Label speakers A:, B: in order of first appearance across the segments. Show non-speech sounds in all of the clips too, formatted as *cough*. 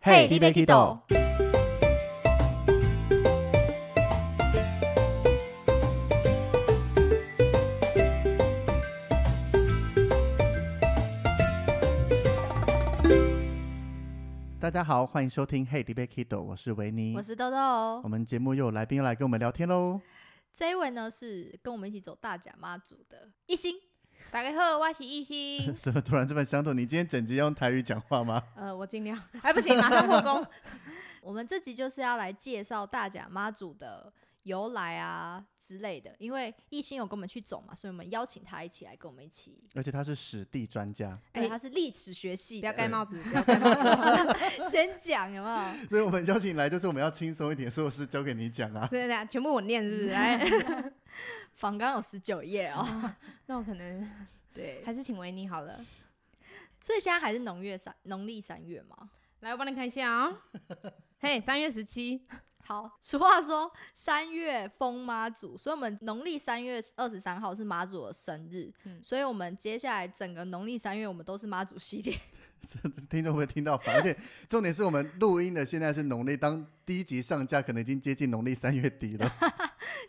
A: 嘿你要去倒？
B: 大家好，欢迎收听 Hey Debate Kido，我是维尼，
A: 我是哦豆豆
B: 我。们节目又有来宾要来跟我们聊天喽。 *laughs*。
A: 这一位呢是跟我们一起走大甲妈祖的一心，
C: 大家好，我是艺兴
B: 怎么突然这么相同？你今天整集要用台语讲话吗？
C: 呃，我尽量， *laughs* 哎，不行，马上破功。
A: 我们这集就是要来介绍大甲妈祖的由来啊之类的。因为一心有跟我们去走嘛，所以我们邀请他一起来跟我们一起。
B: 而且他是史地专家，
A: 对，
C: 哎
A: 他是历史学系
C: 不
A: 的，
C: 要盖
B: 对
C: 帽子，不要盖帽子。
A: *laughs* 先讲有没有？
B: 所以我们邀请你来就是我们要轻松一点，所有事交给你讲啊。
C: 对对，全部我念是不是？哎，
A: 仿纲有十九页哦。
C: 那我可能
A: 对，
C: 还是请维尼好了。
A: 所以现在还是农月三农历三月嘛。
C: 来，我帮你看一下啊。嘿，三月十七，
A: 好，俗话说三月封妈祖，所以我们农历三月二十三号是妈祖的生日，
C: 嗯
A: 所以我们接下来整个农历三月我们都是妈祖系列。 *laughs*
B: *laughs* 听众会听到烦，而且重点是我们录音的现在是农历，当第一集上架可能已经接近农历三月底
A: *laughs*
B: 了，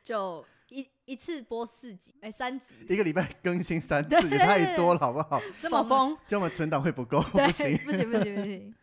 A: 就一一次播四集，哎、三集，
B: 一个礼拜更新三
A: 对
B: 次也
A: 对
B: 太
A: 对
B: 多了，好不好？
C: 这么
A: 疯
C: 疯，
B: 这样我们存档会不够，
A: 对，
B: 不行。
A: *laughs* 不行，不行，
B: *laughs*
A: 不行。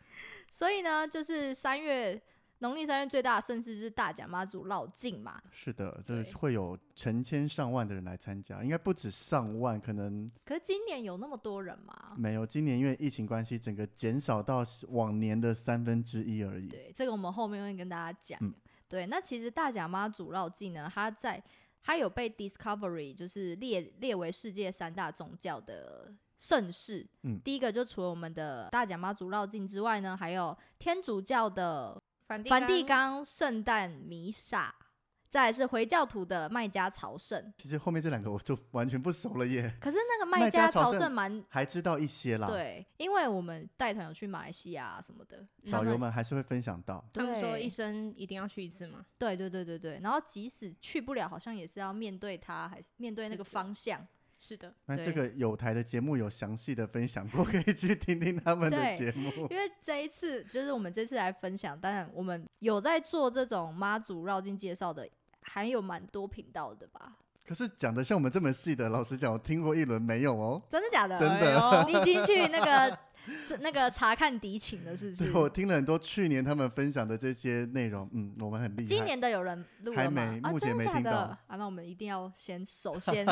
A: 所以呢，就是三月农历三月最大的盛事就是大甲妈祖绕境嘛，
B: 是的，就是
A: 对
B: 会有成千上万的人来参加，应该不止上万，可能
A: 可是今年有那么多人吗？
B: 没有。今年因为疫情关系，整个减少到往年的三分之一而已。
A: 对，这个我们后面会跟大家讲。
B: 嗯
A: 对，那其实大甲妈祖绕境呢，它在它有被 Discovery 就是列列为世界三大宗教的盛事。
B: 嗯
A: 第一个就除了我们的大甲妈祖绕境之外呢，还有天主教的
C: 梵
A: 梵蒂冈圣诞弥撒，再来是回教徒的麦加朝圣。
B: 其实后面这两个我就完全不熟了耶，
A: 可是那个
B: 麦加
A: 加
B: 朝
A: 朝
B: 圣
A: 圣蛮
B: 还知道一些啦。，
A: 对，因为我们带团有去马来西亚、啊、什么的，他
B: 导游
A: 们
B: 们还是会分享到。
C: 他们说
A: 对
C: 一生一定要去一次嘛。
A: 对对对对对，然后即使去不了，好像也是要面对它，还是面对那
C: 对
A: 个
C: 对
A: 方向。
C: 是的，
B: 那这
A: 对
B: 个有台的节目有详细的分享过， *laughs* 可以去听听他们的
A: 对
B: 节目。
A: 因为这一次就是我们这次来分享，当然我们有在做这种妈祖绕境介绍的，还有蛮多频道的吧？
B: 可是讲的像我们这么细的，老实讲，我听过一轮没有哦。
A: 真的假的？
B: 真的
C: 哎
A: 你
C: 呦
A: 已经去那个这那个查看敌情了，是不
B: 对，
A: 是？
B: 我听了很多去年他们分享的这些内容，嗯，我们很厉害。
A: 今年的有人录
B: 还
A: 了吗
B: 没？
A: 啊，
B: 目前
A: 真
B: 没
A: 的假
B: 听
A: 的
B: 到
A: 啊，那我们一定要先首先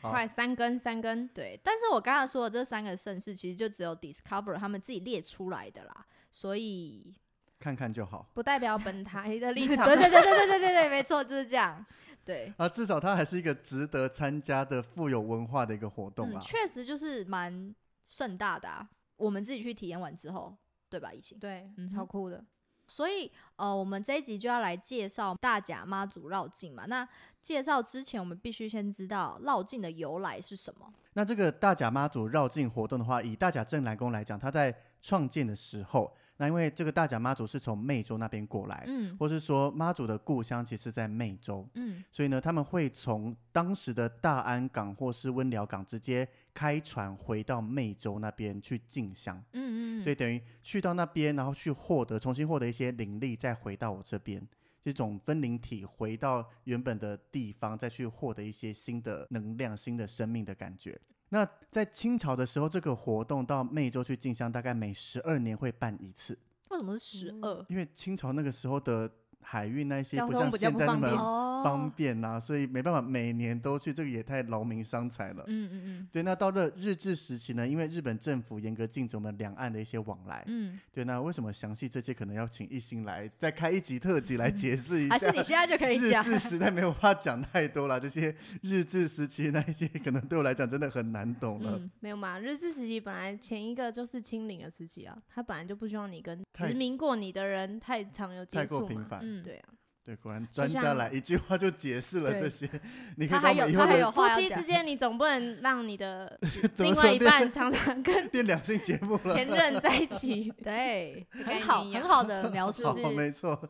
B: 好
C: 快三根，三根。
A: 对，但是我刚才说的这三个盛事，其实就只有 Discover 他们自己列出来的啦，所以
B: 看看就好。
C: 不代表本台的立场
A: *laughs*
C: 啊
A: 对。对对对对对对对，没错，就是这样。对，
B: 啊，至少它还是一个值得参加的富有文化的一个活动
A: 嗯，
B: 啦。
A: 确实就是蛮盛大的、啊。我们自己去体验完之后，对吧？疫情，
C: 对
A: 嗯，哼
C: 超酷的。
A: 所以呃，我们这一集就要来介绍大甲妈祖绕境嘛。那介绍之前，我们必须先知道绕境的由来是什么。
B: 那这个大甲妈祖绕境活动的话，以大甲镇澜宫来讲，它在创建的时候，那因为这个大甲妈祖是从湄洲那边过来，
A: 嗯
B: 或是说妈祖的故乡其实在湄洲，
A: 嗯，
B: 所以呢，他们会从当时的大安港或是温寮港直接开船回到湄洲那边去进香，
A: 嗯嗯，
B: 所以，等于去到那边，然后去获得重新获得一些灵力，再回到我这边。这种分灵体回到原本的地方，再去获得一些新的能量、新的生命的感觉。那在清朝的时候，这个活动到湄洲去进香，大概每十二年会办一次，
A: 为什么是十
C: 嗯
A: 二？
B: 因为清朝那个时候的海运那些
C: 交
B: 不
C: 通
B: 像
C: 比较
B: 现
C: 不
B: 在那
C: 方便
B: 么
A: 哦
B: 方便呐、所以没办法每年都去，这个也太劳民伤财了。
A: 嗯嗯
B: 对，那到了日治时期呢，因为日本政府严格禁止我们两岸的一些往来，
A: 嗯
B: 对，那为什么详细这些可能要请一心来再开一集特
A: *laughs*
B: 辑来解释一
A: 嗯，
B: 下？
A: 还是你现在就可以
B: 日
A: 讲。
B: 治时代没有办法讲太多了，这些日治时期那一些可能对我来讲真的很难懂了。
A: 嗯，
C: 没有嘛？日治时期本来前一个就是清零的时期啊，他本来就不希望你跟
B: 太
C: 殖民过你的人太常有
B: 太
C: 接
B: 过
C: 触
B: 频
C: 嘛。
B: 繁，
A: 嗯，
C: 对啊，
B: 对，果然专家
C: 像
B: 来一句话就解释了这
C: 对
B: 些。你可以
A: 他
B: 把
A: 还
B: 我们
A: 有
B: 以
A: 他
B: 后
A: 还
B: 的
A: 有
C: 夫
A: 话要
C: 妻
A: 讲。
C: 之。间，你总不能让你的
B: 怎么
C: 另
B: 突
C: 外
B: 然
C: 一
B: 变
C: 半常常
B: *laughs*
C: 跟
B: 变两性节目了？
C: 前任在一起
A: 对，很
C: 概
A: 好，
C: 念一样
A: 很好的描述
B: *laughs* 好，
C: 是
B: 没错。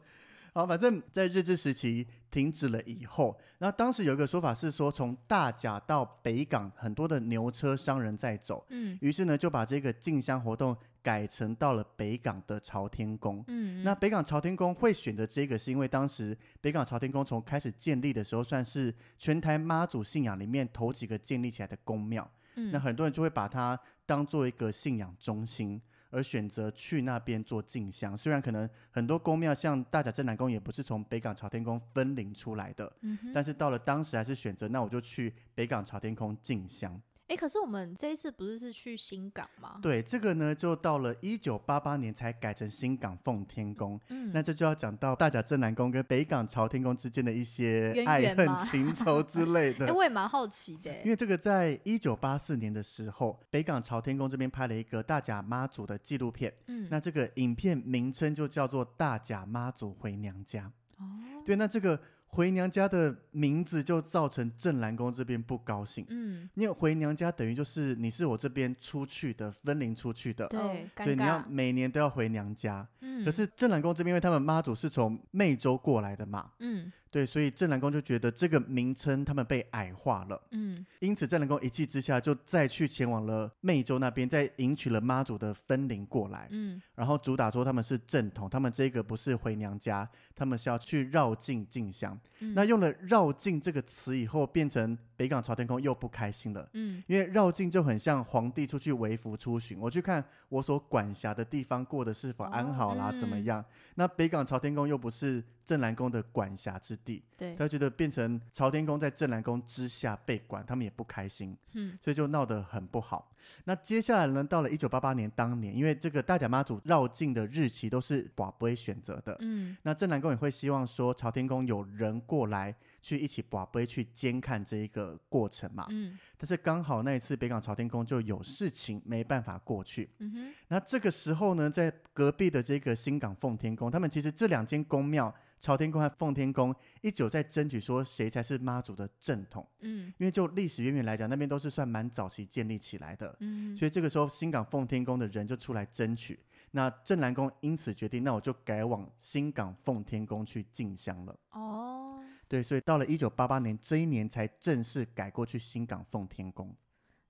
B: 好，反正在日治时期停止了以后，然后当时有一个说法是说，从大甲到北港很多的牛车商人在走，
A: 嗯
B: 于是呢就把这个进香活动改成到了北港的朝天宫。
A: 嗯，
B: 那北港朝天宫会选择这个，是因为当时北港朝天宫从开始建立的时候，算是全台妈祖信仰里面头几个建立起来的宫庙。
A: 嗯
B: 那很多人就会把它当做一个信仰中心，而选择去那边做进香。虽然可能很多宫庙，像大甲镇南宫，也不是从北港朝天宫分灵出来的，
A: 嗯哼
B: 但是到了当时还是选择，那我就去北港朝天宫进香。
A: 哎、可是我们这一次不是是去新港吗？
B: 对，这个呢，就到了一九八八年才改成新港奉天宫。
A: 嗯，
B: 那这就要讲到大甲镇南宫跟北港朝天宫之间的一些
A: 渊
B: 爱
A: 源
B: 恨
A: 吗
B: 情仇之类的
A: *laughs* 哎、。我也蛮好奇的、欸
B: 因为这个在一九八四年的时候，北港朝天宫这边拍了一个大甲妈祖的纪录片，
A: 嗯，
B: 那这个影片名称就叫做《大甲妈祖回娘家》。
A: 哦，
B: 对，那这个回娘家的名字就造成镇南宫这边不高兴，
A: 嗯，
B: 因为回娘家等于就是你是我这边出去的，分灵出去的。
A: 对
C: 哦
B: 所以
C: 尴
B: 你要嗯
C: 尬，
B: 每年都要回娘家，
A: 嗯，
B: 可是镇南宫这边，因为他们妈祖是从湄洲过来的嘛，
A: 嗯
B: 对，所以镇南宫就觉得这个名称他们被矮化了，
A: 嗯
B: 因此，战能宫一气之下就再去前往了湄洲那边，再迎娶了妈祖的分灵过来，
A: 嗯
B: 然后主打说他们是正统，他们这个不是回娘家，他们是要去绕境进香。
A: 嗯，
B: 那用了“绕境”这个词以后，变成北港朝天宫又不开心了。
A: 嗯
B: 因为绕境就很像皇帝出去为服出巡，我去看我所管辖的地方过得是否安好啦，
A: 哦
B: 怎么
A: 嗯
B: 样？那北港朝天宫又不是镇南宫的管辖之地，
C: 对
B: 他觉得变成朝天宫在镇南宫之下被管，他们也不开心，
A: 嗯
B: 所以就闹得很不好。那接下来呢，到了一九八八年当年，因为这个大甲妈祖绕境的日期都是寡不会选择的，
A: 嗯
B: 那镇南宫也会希望说朝天宫有人过来去一起寡不会去监看这一个过程嘛。
A: 嗯
B: 但是刚好那一次北港朝天宫就有事情没办法过去。
A: 嗯哼，
B: 那这个时候呢，在隔壁的这个新港奉天宫，他们其实这两间宫庙，朝天宫和奉天宫，一直有在争取说谁才是妈祖的正统，
A: 嗯
B: 因为就历史渊源来讲，那边都是算蛮早期建立起来的。
A: 嗯，
B: 所以这个时候，新港奉天宫的人就出来争取。那镇南宫因此决定，那我就改往新港奉天宫去进香了。
A: 哦，
B: 对，所以到了一九八八年这一年，才正式改过去新港奉天宫。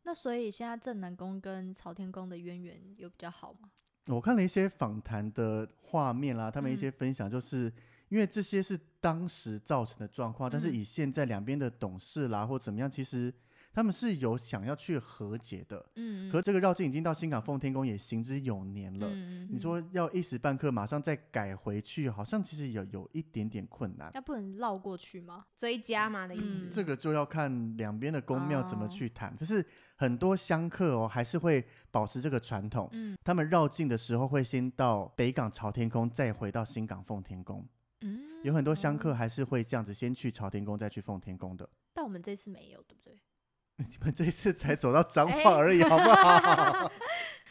A: 那所以现在正南宫跟朝天宫的渊源有比较好吗？
B: 我看了一些访谈的画面啊啦，他们一
A: 嗯
B: 些分享，就是、因为这些是当时造成的状况，但是
A: 嗯
B: 以现在两边的董事啦或怎么样，其实他们是有想要去和解的。
A: 嗯，
B: 可这个绕境已经到新港奉天宫也行之有年了，
A: 嗯嗯，
B: 你说要一时半刻马上再改回去，好像其实有有一点点困难。
A: 那不能绕过去吗？
C: 追加嘛的意
A: 嗯
C: 思，
B: 这个就要看两边的宫庙怎么
A: 哦
B: 去谈，就是很多香客哦，还是会保持这个传统，
A: 嗯
B: 他们绕境的时候会先到北港朝天宫，再回到新港奉天宫。
A: 嗯，
B: 有很多香客
A: 哦，
B: 还是会这样子，先去朝天宫，再去奉天宫的。
A: 但我们这次没有，对不对？
B: 你们这一次才走到彰
A: 哎
B: 化而已，好不
A: *laughs*
B: 好？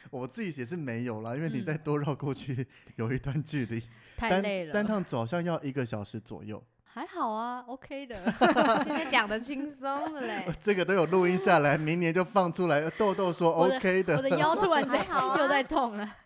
B: 我自己也是没有啦，因为你
A: 嗯
B: 再多绕过去有一段距离，
A: 太
B: 单
A: 累了，
B: 单趟走好像要一个小时左右。
A: 还好啊，OK 的。
C: 现在讲的轻松了嘞
B: *laughs*
A: 哎
B: 呃，这个都有录音下来，明年就放出来。豆豆说
A: 我的
B: OK
A: *laughs* 我的腰突然间
C: 还好啊
A: 又在痛了。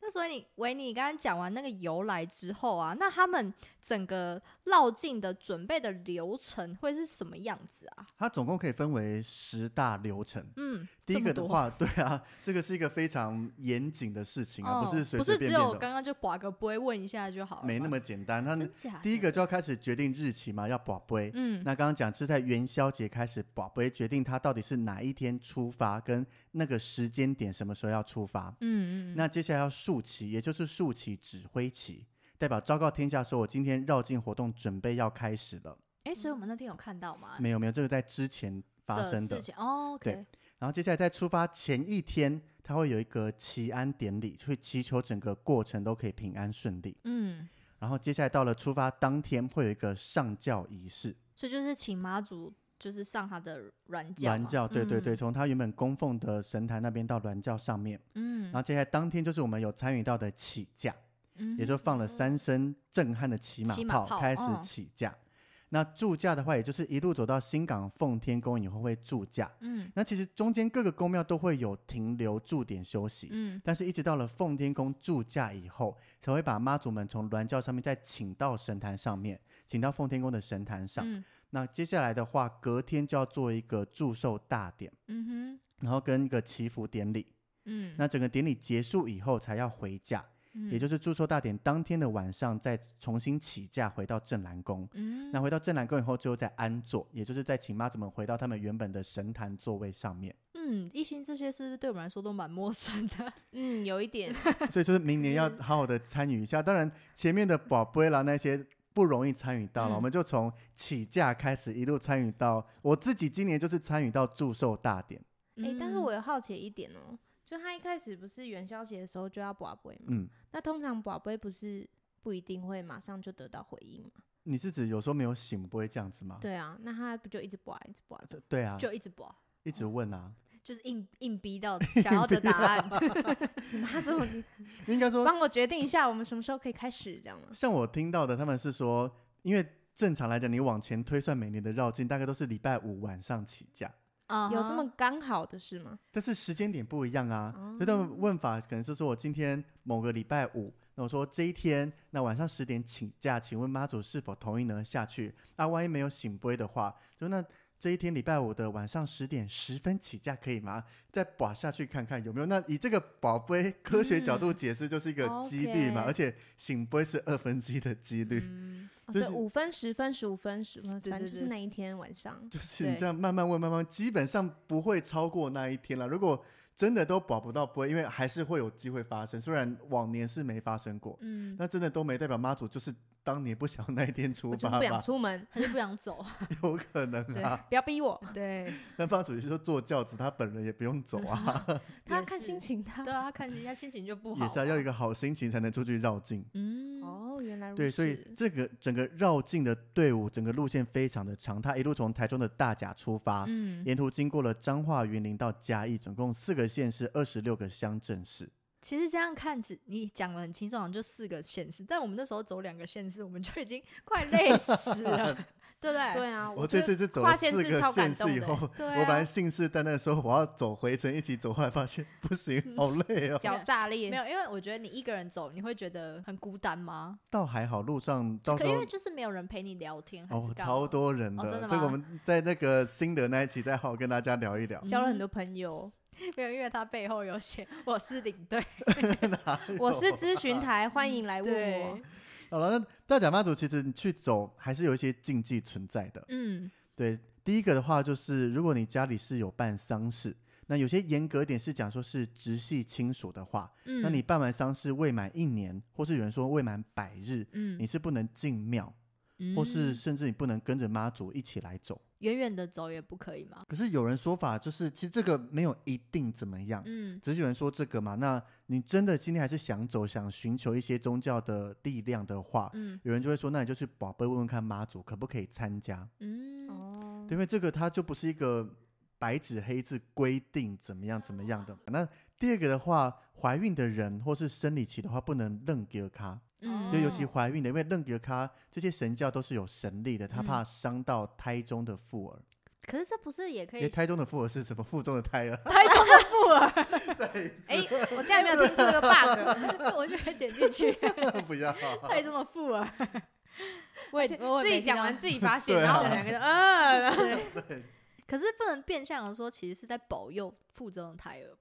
A: 那所以你维尼刚刚讲完那个由来之后啊，那他们整个绕境的准备的流程会是什么样子啊？
B: 它总共可以分为十大流程。
A: 嗯，
B: 第一
A: 这么
B: 个的
A: 多
B: 话，对啊，这个是一个非常严谨的事情啊，
A: 哦
B: 不是随
A: 不
B: 随
A: 是
B: 便便
A: 只
B: 的
A: 有
B: 哦。
A: 刚刚就刮个不会问一下就好了吗，
B: 没那么简单。他
A: 真假的。啊
B: 第一个就要开始决定日期嘛，要保杯。
A: 嗯，
B: 那刚刚讲是在元宵节开始保杯，决定他到底是哪一天出发，跟那个时间点什么时候要出发。
A: 嗯嗯嗯，
B: 那接下来要竖旗，也就是竖旗指挥旗，代表昭告天下说，我今天绕境活动准备要开始了。
A: 哎，所以我们那天有看到吗？
B: 没有没有，这个在之前发
A: 哎的
B: 生的
A: 事。情哦，OK，
B: 然后接下来在出发前一天，他会有一个祈安典礼，会祈求整个过程都可以平安顺利。
A: 嗯，
B: 然后接下来到了出发当天，会有一个上轿仪式。
A: 所以就是请妈祖就是上他的软教嘛，
B: 銮教，对对对，
A: 嗯，
B: 从他原本供奉的神坛那边到銮教上面，然
A: 嗯，
B: 后接下来当天就是我们有参与到的起驾，
A: 嗯
B: 也就放了三声震撼的骑马
A: 骑马
B: 炮，
A: 炮
B: 开始
A: 嗯
B: 起驾。那驻驾的话，也就是一路走到新港奉天宫以后会驻驾。
A: 嗯
B: 那其实中间各个宫庙都会有停留驻点休息，
A: 嗯
B: 但是一直到了奉天宫驻驾以后，才会把妈祖们从銮轿上面再请到神坛上面，请到奉天宫的神坛上。
A: 嗯
B: 那接下来的话，隔天就要做一个祝寿大典。
A: 嗯哼，
B: 然后跟一个祈福典礼。
A: 嗯，
B: 那整个典礼结束以后才要回家，也就是祝寿大典当天的晚上再重新起驾回到镇澜宫。
A: 嗯
B: 那回到镇澜宫以后，最后再安坐，也就是再请妈祖们回到他们原本的神坛座位上面。
A: 嗯，一心这些是不是对我们来说都蛮陌生
B: *laughs*
A: 的？
C: 嗯，有一点，
B: 所以就是明年要好好的参与一下。当然，前面的宝贝啦那些不容易参与到了，
A: 嗯
B: 我们就从起驾开始一路参与到我自己今年就是参与到祝寿大典。
C: 哎、但是
A: 嗯
C: 我有好奇一点哦、就他一开始不是元宵节的时候就要卜杯嘛？
B: 嗯，
C: 那通常卜杯不是不一定会马上就得到回应嘛？
B: 你是指有时候没有醒不会这样子吗？
C: 对啊，那他不就一直卜一直卜着？
B: 对对啊，
A: 就一直播，
B: 一直问啊，
A: 就是硬硬逼到想要的答案。
C: 什么？他这种
B: 应该说
C: 帮我决定一下，我们什么时候可以开始这样吗？
B: 像我听到的，他们是说，因为正常来讲，你往前推算每年的绕境大概都是礼拜五晚上起驾，
A: *laughs* 啊
C: 有
A: 哈
C: 这么刚好的事吗？
B: 但是时间点不一样啊，
C: 哦
B: 所以他们问法可能是说我今天某个礼拜五，那我说这一天，那晚上十点请假，请问妈祖是否同意呢？下去，那万一没有醒杯的话，就那这一天礼拜五的晚上十点十分起假可以吗？再把下去看看有没有。那以这个宝杯科学角度解释，就是一个几率嘛，
C: 嗯 OK
B: 而且醒杯是二分之一的几率，
A: 嗯
C: 哦、
B: 就
C: 所以
B: 是
C: 五分、十分、十五分、十分，
A: 对
C: 反正
A: 对
C: 就
A: 对
C: 是那一天晚上。
B: *laughs* 就是你
A: 对
B: 这样慢慢问，慢慢问，基本上不会超过那一天了。如果真的都保不到，不会，因为还是会有机会发生。虽然往年是没发生过，
A: 嗯，
B: 那真的都没代表妈祖就是当年不想那一天出
C: 我就是
B: 发
C: 不想
B: 吧？
C: 出门，
A: 他就不想走。
B: 有可能啊。
C: 不要逼我。
A: 对，
B: 那妈祖就是坐轿子，他本人也不用走
C: *laughs*
B: 啊，
C: 他
A: 也
C: 看心
A: 是
C: 情
A: *laughs*
C: 他。
A: 对啊，他看人家心情就不好
B: 也
A: 啊。
B: 是要要一个好心情才能出去绕境。
A: 嗯，
C: 哦，原来如此。
B: 对，所以这个整个绕境的队伍，整个路线非常的长，他一路从台中的大甲出发，
A: 嗯，
B: 沿途经过了彰化、云林到嘉义，总共四个县市、二十六个乡镇市。
A: 其实这样看，只你讲的很轻松，好像就四个县市，但我们那时候走两个县市，我们就已经 *laughs* 快累死了，对不对？
C: 对啊，
B: 我哦
C: 觉
B: 这
C: 得
B: 次是走
C: 跨
B: 了
C: 县
B: 四
C: 市
B: 个
C: 超
B: 县
C: 感
B: 市以
C: 动的
B: 后，
A: 对
B: 我本来
A: 啊，
B: 信誓旦旦地说我要走回程一起走，后来发现不
A: 嗯
B: 行，好累哦。
C: 脚炸裂，
A: 没有，因为我觉得你一个人走，你会觉得很孤单吗？
B: 倒还好，路上到
A: 可
B: 时
A: 因
B: 候
A: 为就是没有人陪你聊天，还
B: 哦
A: 是干嘛
B: 超多人
A: 哦真的
B: 这个我
A: 吗
B: 们在那个心得那一期再好好跟大家聊一聊。
C: 交了很
A: 嗯
C: 多朋友。
A: 没有，因为他背后有写我是领
B: *laughs*
A: 队，
C: 我是
A: *laughs*
C: 咨询台，欢迎来问我
A: 对。
B: 好了，那大甲妈祖其实你去走还是有一些禁忌存在的。
A: 嗯
B: 对，第一个的话就是，如果你家里是有办丧事，那有些严格一点是讲说是直系亲属的话，
A: 嗯，
B: 那你办完丧事未满一年，或是有人说未满百日，
A: 嗯
B: 你是不能进庙，
A: 你
B: 或是甚至你不能跟着妈祖一起来走。
A: 远远的走也不可以吗？
B: 可是有人说法就是，其实这个没有一定怎么样，
A: 嗯
B: 只是有人说这个嘛。那你真的今天还是想走，想寻求一些宗教的力量的话，
A: 嗯
B: 有人就会说，那你就去宝贝问问看妈祖可不可以参加，
A: 嗯，
C: 哦
B: 对因为这个它就不是一个白纸黑字规定怎么样怎么样的。那第二个的话，怀孕的人或是生理期的话，不能愣给咖。
A: 嗯，
B: 就尤其怀孕的，因为楞格卡这些神教都是有神力的，他
A: 嗯
B: 怕伤到胎中的妇儿。
A: 可是这不是也可
B: 因
A: 以
B: 为胎中的妇儿是什么？腹中的胎儿。啊
A: 台中的妇 *laughs*
C: 哎，我竟然没有听出这个 bug，
A: 儿， *laughs* 我就可以剪
B: *laughs*
A: 进去
B: *laughs* 不要。
A: 台中的妇儿。我也我也
C: 自己
A: 没听
C: 讲
A: 到
C: 完自己
A: *laughs*
C: 发现，
B: 对啊
C: 然后我们两个就嗯，
A: 对，
B: 对，
A: 可是不能变相的说，其实是在保佑腹中的胎儿嘛。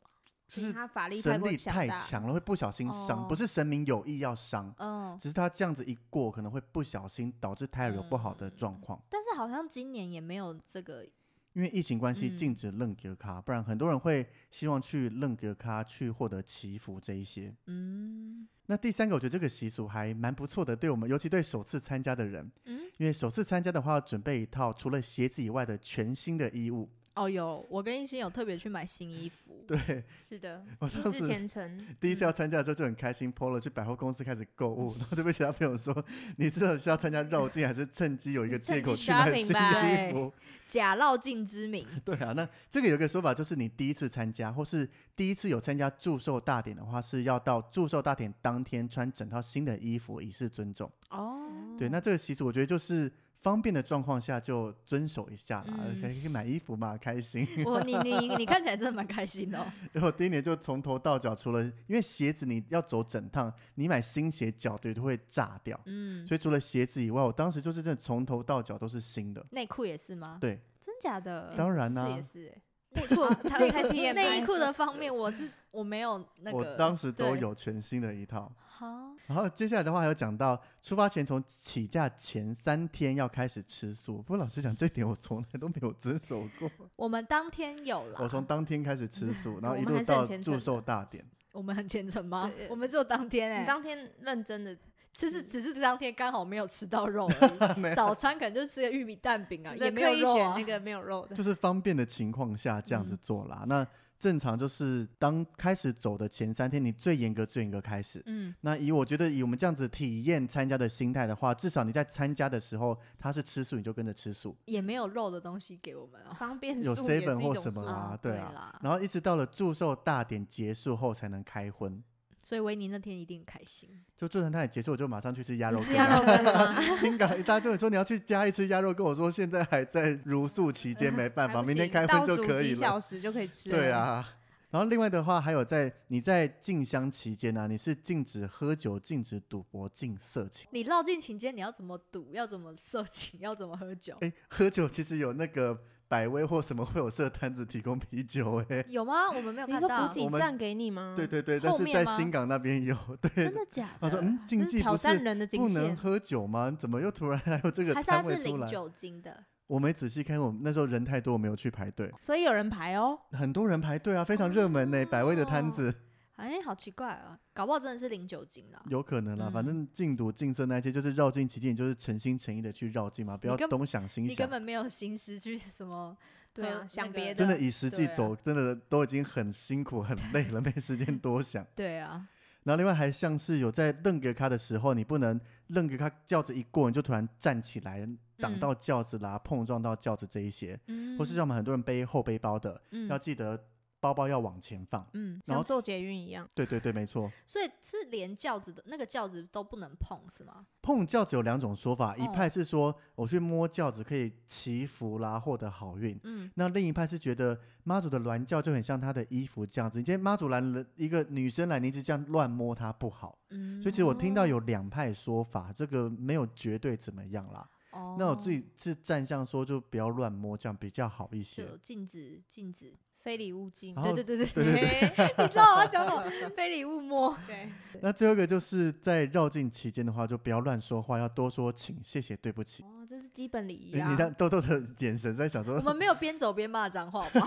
B: 就是
C: 他法力太
B: 神
C: 过
B: 力
C: 强
B: 太
C: 大，
B: 强了，会不小心伤，
A: 哦
B: 不是神明有意要伤，
A: 嗯，
B: 只是他这样子一过，可能会不小心导致胎儿有不好的状况。
A: 但是好像今年也没有这个，
B: 因为疫情关系
A: 嗯
B: 禁止楞格卡，不然很多人会希望去楞格卡去获得祈福这一些。
A: 嗯
B: 那第三个，我觉得这个习俗还蛮不错的，对我们，尤其对首次参加的人，
A: 嗯，
B: 因为首次参加的话，要准备一套除了鞋子以外的全新的衣物。 *laughs*
A: 哦，有，我跟一心有特别去买新衣服，
B: 对
A: *laughs*
C: 是的，
B: 我
C: 一
B: 当
C: 世
B: 时
C: 前程。
B: 第一次要参加的时候就很开心，PO 了去百货公司开始购物， *laughs* 然后就被其他朋友说：“你知道是要参加绕境，还是趁机有一个借口去买新的衣服
A: 假绕境
B: *laughs*
A: 之名，？”
B: 对啊，那这个有一个说法就是，你第一次参加或是第一次有参加祝寿大典的话，是要到祝寿大典当天穿整套新的衣服以示尊重。
A: 哦，
B: 对，那这个习俗我觉得就是方便的状况下就遵守一下啦，
A: 嗯
B: 可以可以买衣服嘛，开心。 *laughs*
A: 我你你你看起来真的蛮开心的哦、
B: 然后第一年就从头到脚，除了因为鞋子你要走整趟，你买新鞋脚对都会炸掉，
A: 嗯，
B: 所以除了鞋子以外，我当时就是真的从头到脚都是新的。
A: 内裤也是吗？
B: 对，
A: 真假的？
B: 当然啦、啊 *laughs*
C: 是也是，内裤，他们开 T M
A: 内衣裤的方面，我是我没有那个，
B: 我当时都
A: 对。
B: 有全新的一套。
A: 好，
B: 然后接下来的话还有讲到出发前从起价前三天要开始吃素，不过老实讲这点我从来都没有遵守过，
A: 我们当天有啦。
B: 我从当天开始吃
A: *laughs*
B: 素，然后一
C: 我们
B: 路
C: 还是很
B: 到
C: 虔诚
B: 祝
C: 的
B: 寿大典。
A: 我们很虔诚吗
C: 对？
A: 啊我们只有当天哎、
C: 你当天认真的
A: 其实只是当天刚好没有吃到肉
B: *laughs*
A: 而已，早餐可能就吃个玉米蛋饼啊，也没有
C: 刻意
A: 肉
C: 选
A: 啊
C: 那。个没有肉的，
B: 就是方便的情况下这样
C: 嗯
B: 子做啦。那正常就是当开始走的前三天，你最严格、最严格开始。
A: 嗯，
B: 那以我觉得以我们这样子体验参加的心态的话，至少你在参加的时候他是吃素，你就跟着吃素。
A: 也没有肉的东西给我们啊。
C: 方便
B: 有
C: 素也是一
B: seven 或
C: 种
B: 什么
C: 素
B: 啦、
A: 啊
B: 对
A: 对
B: 啊
A: 啦。
B: 然后一直到了祝寿大典结束后才能开荤。
A: 所以维尼那天一定很开心。
B: 就祝寿大典结束，我就马上去吃鸭肉
C: 你 *laughs* 吃
B: 羹
C: 鸭
B: 啊。
C: 肉羹吗？
B: 新港一大堆人说你要去嘉义吃鸭肉羹，我说现在还在茹素期
C: *laughs*
B: 间，没 *laughs* 办法，
C: 还不
B: 明天
C: 行
B: 开荤
C: 倒
B: 就
C: 数
B: 可以了
C: 几小。时就可以吃。
B: 对，啊，然后另外的话，还有在你在进香期间啊呢、你是禁止喝酒、禁止赌博、禁色情。
A: 你绕进情间，你要怎么赌？要怎么色情？要怎么喝酒？
B: 哎，喝酒其实有那个百威或什么会有设摊子提供啤酒，哎，
A: 有吗？我们没有
C: 你
A: 看
C: 说补
A: 到，
B: 我
C: 给
B: 们
C: 站给你吗？
B: 对，对对，但
A: 嗯后
B: 是
A: 面
B: 在
A: 吗啊
B: 新港那边有，对
A: 真。的假的？
B: 他说：“嗯，禁
C: 这是
B: 忌不
C: 挑战
B: 是
C: 人的
B: 不
C: 极
B: 能
C: 限。
B: 喝酒吗？怎么又突然还有这个
A: 还是它
B: 摊
A: 是
B: 位出
A: 零
B: 来？
A: 酒精的？
B: 我没仔细看，我那时候人太多，我没有去排队，
C: 所以有人排哦，
B: 很多人排队啊，非常热门呢。百威的摊
A: 哦
B: 子
A: 哎、好奇怪啊！搞不好真的是零酒精啦。
B: 有可能啦，反
A: 嗯
B: 正禁毒禁色那些就是绕境期间，你就是诚心诚意的去绕境嘛，不
A: 你
B: 要
A: 根
B: 东想西
A: 你根
B: 想。
A: 本没有心思去什 *laughs* 么，
C: 对
A: 还
C: 啊
A: 有那
C: 想
A: 个
C: 别
B: 真的
C: 的
B: 以实际
A: 对啊
B: 走，真的都已经很辛苦很累
A: *laughs*
B: 了，没时间多想。
A: 对啊，
B: 然后另外还像是有在愣给咖的时候，你不能愣给咖轿子一过，你就突然站起来挡
A: 嗯
B: 到轿子啦，碰撞到轿子这一些，
A: 嗯，
B: 或是让我们很多人背后背包的，
A: 嗯
B: 要记得包包要往前
A: *laughs*
B: 放。
A: 嗯，
B: 然
C: 像
B: 后
C: 做捷运一样，
B: 对对对，没错。
A: 所以是连轿子的那个轿子都不能碰是吗？
B: 碰轿子有两种说法，一
A: 哦
B: 派是说我去摸轿子可以祈福啦，获得好运。
A: 嗯，
B: 那另一派是觉得妈祖的銮轿就很像她的衣服这样子，你今天妈祖来了一个女生来，你一直这样乱摸她不好。
A: 嗯
B: 所以其实我听到
C: 哦
B: 有两派说法，这个没有绝对怎么样啦。
A: 哦
B: 那我自己是站向说就不要乱摸，这样比较好一些。
A: 就禁止禁止，
C: 非礼勿近
B: 然。后
A: 对对对
B: *laughs* 哦
A: 对，
B: 对对
C: 对 *laughs*
A: 你知道我要讲什么？非礼勿摸，
C: 对，
B: 那最后一个就是在绕境期间的话，就不要乱说话，要多说请、谢谢、对不起。
C: 哦，这是基本礼仪啊
B: 诶
C: 啦
B: 你。看豆豆的眼神在想说，
A: 我们没有边走边骂脏话吧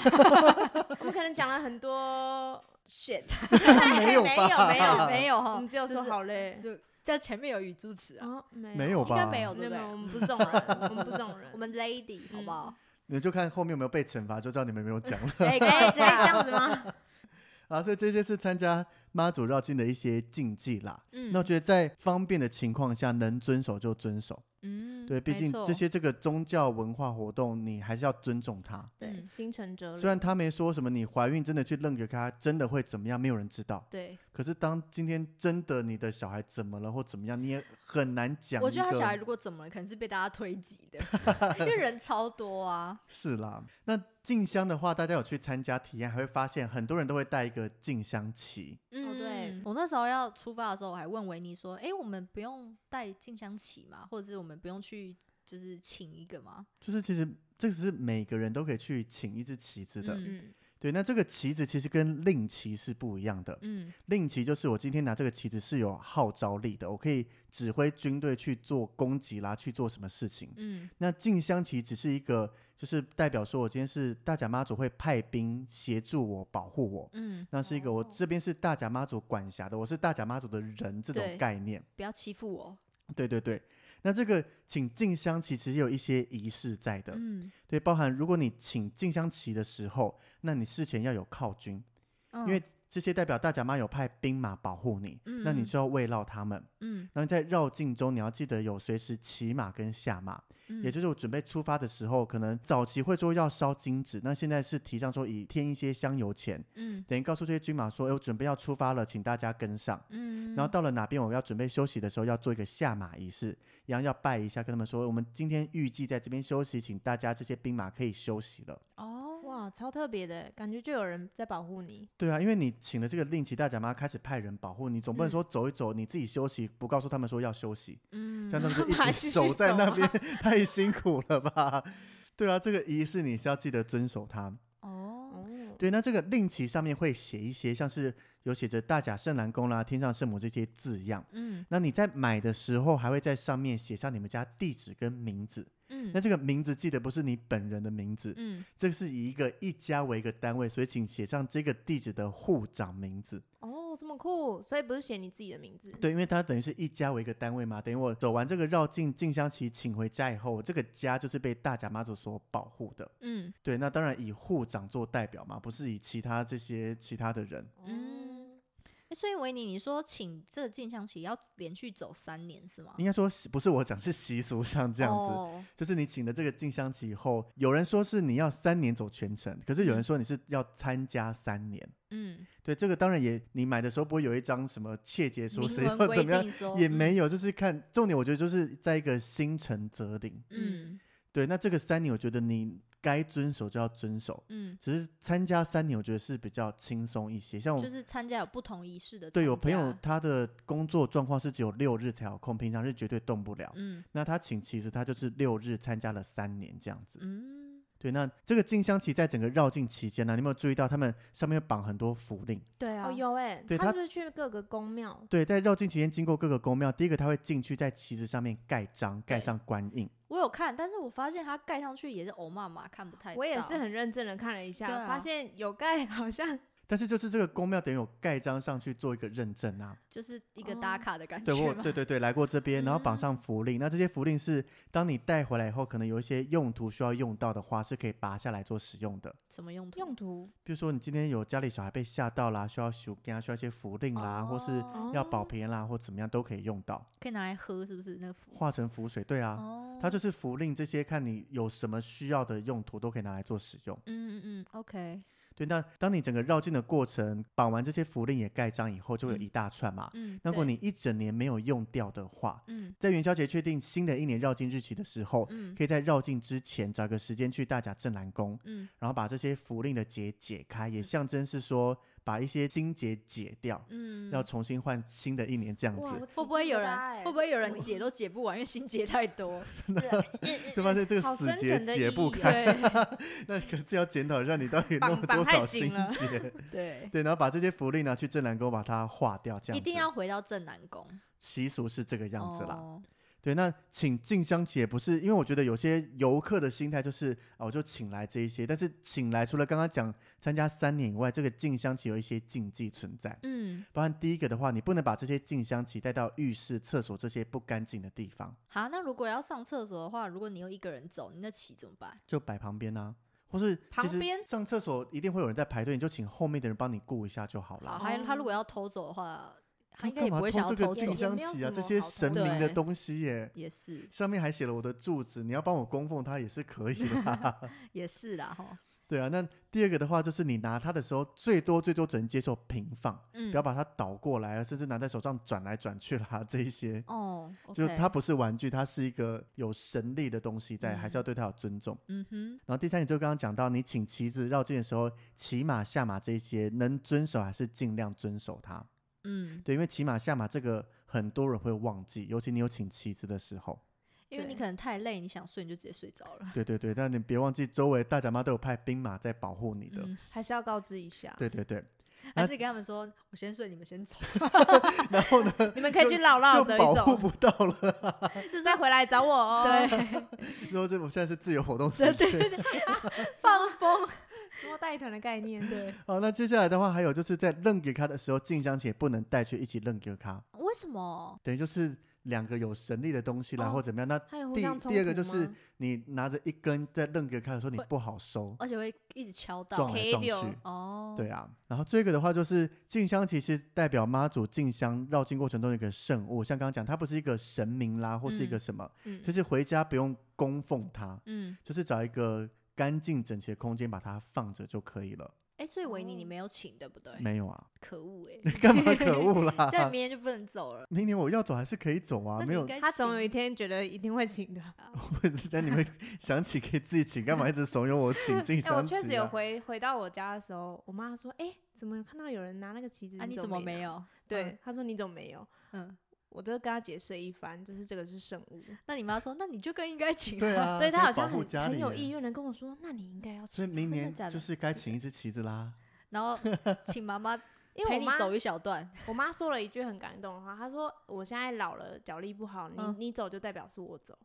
C: 我们可能讲了很多，
A: ？shit，
B: *laughs* 没有
C: 没
B: 吧
C: 有
A: *laughs* 没有
B: *laughs*
C: 有
A: 没有
C: 我
A: 哈
C: 们，只
A: *laughs*
C: 有
A: 就
C: 说
A: 是
C: 好嘞。
A: 就在前面有语助词啊，
C: 啊，
B: 没
C: 没
B: 有
A: 应该
B: 吧
A: 没有
C: 没
A: 对
C: 有，
A: 不对？*laughs*
C: 没有我们不是这种人，我们不是这
B: *laughs*
C: 种人。
A: 我们 lady 好不好？
B: 你就看后面有没有被惩罚，就知道你们有没有讲了。 *laughs*
A: 哎， *laughs* 可
C: 哎，
A: 以
C: 这
A: 这样，
C: 样子 *laughs* 吗？
B: 啊，所以这些是参加妈祖绕境的一些禁忌啦。
A: 嗯
B: 那我觉得在方便的情况下，能遵守就遵守。
A: 嗯
B: 对，毕
A: 没
B: 竟
A: 错
B: 这些这个宗教文化活动，你还是要尊重它。
C: 对，
A: 嗯
C: 心诚则灵。
B: 虽然他没说什么，你怀孕真的去愣给他，真的会怎么样，没有人知道。
A: 对，
B: 可是当今天真的你的小孩怎么了或怎么样，你也很难讲。
A: 我觉得他小孩如果怎么了，可能是被大家推挤的，因为人超多
B: *laughs*
A: 啊。
B: 是啦。那静香的话，大家有去参加体验，还会发现很多人都会带一个静香旗。
A: 嗯，对
C: 嗯，
A: 我那时候要出发的时候，我还问维尼说：“哎、我们不用带静香旗吗？或者是我们不用去就是请一个吗
B: 就是其实这个是每个人都可以去请一支旗子的。
A: 嗯
C: 嗯，
B: 对，那这个旗子其实跟令旗是不一样的？”。
A: 嗯，
B: 令旗就是我今天拿这个旗子是有号召力的，我可以指挥军队去做攻击啦，去做什么事情。
A: 嗯，
B: 那进香旗只是一个，就是代表说我今天是大甲妈祖会派兵协助我、保护我。
A: 嗯，
B: 那是一个我
C: 哦
B: 这边是大甲妈祖管辖的，我是大甲妈祖的人这种
A: 对
B: 概念。
A: 不要欺负我。
B: 对对对，那这个请进香旗其实有一些仪式在的，
A: 嗯，
B: 对，包含如果你请进香旗的时候，那你事前要有靠军，
A: 因
B: 因为这些代表大甲妈有派兵马保护你，那你
A: 嗯嗯
B: 就要慰劳他们。
A: 嗯
B: 那在绕境中，你要记得有随时骑马跟下马，
A: 嗯，
B: 也就是我准备出发的时候，可能早期会说要烧金纸，那现在是提倡说以添一些香油钱，
A: 嗯
B: 等于告诉这些军马说，哎，我准备要出发了，请大家跟上。
A: 嗯，
B: 然后到了哪边我要准备休息的时候，要做一个下马仪式，一样要拜一下，跟他们说，我们今天预计在这边休息，请大家这些兵马可以休息了。
A: 哦
C: 哇，超特别的感觉，就有人在保护你。
B: 对啊，因为你请了这个令旗大甲妈开始派人保护你，总不能
A: 嗯
B: 说走一走你自己休息，不告诉他们说要休息，
A: 嗯，
B: 这样他们就
C: 马
B: 一
C: 上
B: 直
C: 去
B: 守在
C: 走
B: 那
C: 啊
B: 边， *laughs* 太辛苦了吧？对啊，这个仪式你是要记得遵守它。
A: 哦，
C: 目。
B: 对，那这个令旗上面会写一些，像是有写着大甲圣南宫啦、天上圣母这些字样。
A: 嗯
B: 那你在买的时候，还会在上面写上你们家地址跟名字。那
A: 嗯
B: 这个名字记得不是你本人的名字，
A: 嗯，
B: 这是以一个一家为一个单位，所以请写上这个地址的户长名字。
C: 哦，这么酷，所以不是写你自己的名字。
B: 对，因为它等于是一家为一个单位嘛，等于我走完这个绕境进香旗，请回家以后，这个家就是被大甲妈祖所保护的。
A: 嗯
B: 对，那当然以户长做代表嘛，不是以其他这些其他的人。
A: 嗯
C: 嗯，
A: 诶所以维尼，你说请这进香旗要连续走三年是吗？
B: 应该说习不是我讲，是习俗上这样子，
A: 哦、
B: 就是你请了这个进香旗以后，有人说是你要三年走全程，可是有人说你是要参加三年。
A: 嗯，
B: 对，这个当然也，你买的时候不会有一张什么切结书
A: 明
B: 谁要
A: 文
B: *laughs*
A: 规
B: 怎么样，
A: 定哦嗯说
B: 也没有，就是看重点，我觉得就是在一个心诚则灵。
A: 嗯
B: 对，那这个三年，我觉得你该遵守就要遵守，
A: 嗯，
B: 只是参加三年，我觉得是比较轻松一些。像我、
A: 就是参加有不同仪式的，
B: 对有朋友，他的工作状况是只有六日才有空，平常是绝对动不了。
A: 嗯
B: 那他请，其实他就是六日参加了三年这样子。
A: 嗯，
B: 对，那这个进香旗在整个绕境期间呢、你有没有注意到他们上面会绑很多符令？
A: 对啊，
C: 哦有哎、
B: 对
C: 他
B: 他
C: 是不是去各个宫庙？
B: 对，在绕境期间经过各个宫庙，第一个他会进去在旗子上面盖章，盖
A: 对
B: 上官印。
A: 我有看，但是我发现它盖上去也是欧妈妈看不太到，
C: 我也是很认真的看了一下，
A: 对啊
C: 发现有盖好像
B: 但是就是这个宫庙等于有盖章上去做一个认证啊。
A: 就是一个打
C: 哦
A: 卡的感
B: 对，
A: 觉
B: 我
A: 嘛，
B: 对对对来过这边，然后
A: 嗯
B: 绑上符令。那这些符令是当你带回来以后，可能有一些用途需要用到的话，是可以拔下来做使用的。
A: 什么用途？
C: 用途
B: 比如说你今天有家里小孩被吓到啦，需要修啊，需要一些符令啦，啊或是
A: 哦
B: 要保平安啦，或怎么样都可以用到，
A: 可以拿来喝，是不是那个符？
B: 化成符水。对啊，
A: 哦，
B: 它就是符令这些，看你有什么需要的用途都可以拿来做使用。
A: 嗯嗯嗯，OK，
B: 对，那当你整个绕境的过程绑完这些符令也盖章以后，就会有
A: 嗯
B: 一大串嘛。
A: 嗯，
B: 那如果
A: 对
B: 你一整年没有用掉的话，
A: 嗯
B: 在元宵节确定新的一年绕境日期的时候，
A: 嗯
B: 可以在绕境之前找个时间去大甲镇澜宫，
A: 嗯
B: 然后把这些符令的结解开，也象征是说把一些心结解掉，
A: 嗯，
B: 要重新换新的一年这样
C: 哇，
B: 子。
A: 会
C: 我
A: 不哎会有
C: 吃惊了大
A: 人
C: 欸
A: 会不会有人
C: 我
A: 解都解不完，因 *laughs* 为心结太多？
B: *laughs* 就发现这个
C: 好
B: 死
C: 深
B: 结
C: 沉的
B: 解
C: 意
B: 不
C: 义哦
B: 开，
A: 对
B: 那可是要检讨一下你到
C: *laughs*
B: 底
C: 绑
B: 弄了
C: 绑
B: 多
C: 太
B: 少
C: 紧
B: 心
C: 了
B: 结。 *laughs*
A: *laughs* 对，
B: 对，然后把这些符令拿去镇澜宫把它化掉，这样
A: 一定
B: 子
A: 要回到正南宫
B: 习俗是这个
A: 这
B: 样子啦。
A: 哦、
B: 对，那请进香旗也不是，因为我觉得有些游客的心态就是啊，我就请来这一些，但是请来除了刚刚讲参加三年以外，这个进香旗有一些禁忌存在。
A: 嗯，
B: 包含第一个的话，你不能把这些进香旗带到浴室、厕所这些不干净的地方，
A: 好，那如果要上厕所的话，如果你又一个人走，你那旗怎么办？
B: 就摆旁边啊，或是其
C: 旁
B: 实
C: 边
B: 上厕所一定会有人在排队，你就请后面的人帮你顾一下就好
A: 好，
B: 啦。
A: 还有他如
C: 哦
A: 果要偷走的话，
B: 干
A: 他应该也
B: 嘛
A: 不会想要
B: 这
A: 偷
B: 个
A: 走，
B: 进香
C: 也没有
B: 旗啊？
C: 什
B: 这
C: 么
B: 些
C: 好偷
B: 神明的
A: 对
B: 东西耶，
A: 也是
B: 上面还写了我的住址，你要帮我供奉它也是可以的、
A: 也是啦哈，
B: 对啊，那第二个的话就是你拿它的时候，最多最多只能接受平放，
A: 嗯，
B: 不要把它倒过来啊，甚至拿在手上转来转去啦， *laughs* 这一些。
A: 哦
B: 就
A: OK
B: 它不是玩具，它是一个有神力的东西在，还是要对它有尊重。
A: 嗯哼，
B: 然后第三，你就刚刚讲到，你请旗子绕境的时候，骑马下马这一些能遵守还是尽量遵守它。
A: 嗯，
B: 对，因为骑马下马这个很多人会忘记，尤其你有请旗子的时候。
A: *laughs* 因为你
C: 对
A: 可能太累，你想睡你就直接睡着了。
B: 对对对，但你别忘记，周围大甲妈都有派兵马在保护你的。
A: 嗯，
C: 还是要告知一下，
B: 对对对，
A: 还是跟他们说，我先睡，你们先走，
B: 然后呢，
C: 你们可以去姥
A: 啊
C: 姥
B: 就
C: 走
B: 保
C: 一
B: 护
C: 走，
B: 不到了。
A: 就是
C: 再回来找我哦。
A: 对
C: *laughs*
B: 然后这我现在是自由活动时
C: 对
B: 间。
C: 对对，
A: 放 *laughs* 风，
C: 什么带团的概念？对，
B: *laughs* 好，那接下来的话，还有就是在愣给咖的时候，静香姐不能带去一起愣给咖，
A: 为什么？
B: 等于就是两个有神力的东西啦，
C: 哦
B: 或怎么样。那
C: 还有互
B: 第
C: 相冲
B: 第二个
C: 突
B: 就是
C: 吗
B: 你拿着一根在愣给咖的时候，你
A: 会
B: 不好收，
A: 而且会一直敲到
B: 撞来
C: 贴
B: 撞
C: 掉
B: 去。
A: 哦，
B: 对啊，然后这个的话就是进香，其实代表妈祖进香绕境过程中的一个圣物，像刚刚讲，它不是一个神明啦，或是一个
A: 嗯
B: 什么，
A: 嗯
B: 就是回家不用供奉它，
A: 嗯，
B: 就是找一个干净整齐的空间把它放着就可以了。
A: 哎，所以维尼你
C: 哦
A: 没有请对不对？
B: 没有啊， *laughs*
A: 可恶哎，
B: 干嘛可恶
C: *laughs*
A: 这样
B: 啦？
A: 明天就不能走了。
B: *laughs* 明年我要走还是可以走啊，
A: 那
B: 没
A: 你
B: 有
A: 应。该
C: 他总有
A: 请
C: 一天觉得一定
B: *laughs*
C: 会请的。
B: 但你们想起可以自己请，干嘛一直怂恿我请进
C: *laughs* 哎、我
B: 香旗、啊
C: 确实有回回到我家的时候，我妈说：“哎、怎么看到有人拿那个旗子？
A: 啊，你怎么没
C: 有
A: 有？？”
C: 对，她说：“你怎么没有
A: 嗯，？”
C: 我都跟他解释了一番，就是这个是圣物。
A: 那你妈说，那你就更应该
C: *laughs*
A: 请
B: 对啊，
C: 对他
B: 可以
C: 好像
B: 保护
C: 很
B: 家里
C: 很有
B: 耶
C: 意愿的跟我说，那你应该要
B: 所以
C: 吃，
B: 明
A: 真的
B: 年
A: 假的
B: 就是该请一只旗子
C: *laughs*
B: 啦。
A: 然
B: *laughs*
A: 后请妈妈
C: 因为
A: 陪
C: 我
A: 你
C: 妈
A: 走一小段。
C: 我妈说了一句很感动的话，她说我现在老了，脚力不好，你、
A: 嗯
C: 你走就代表是我走，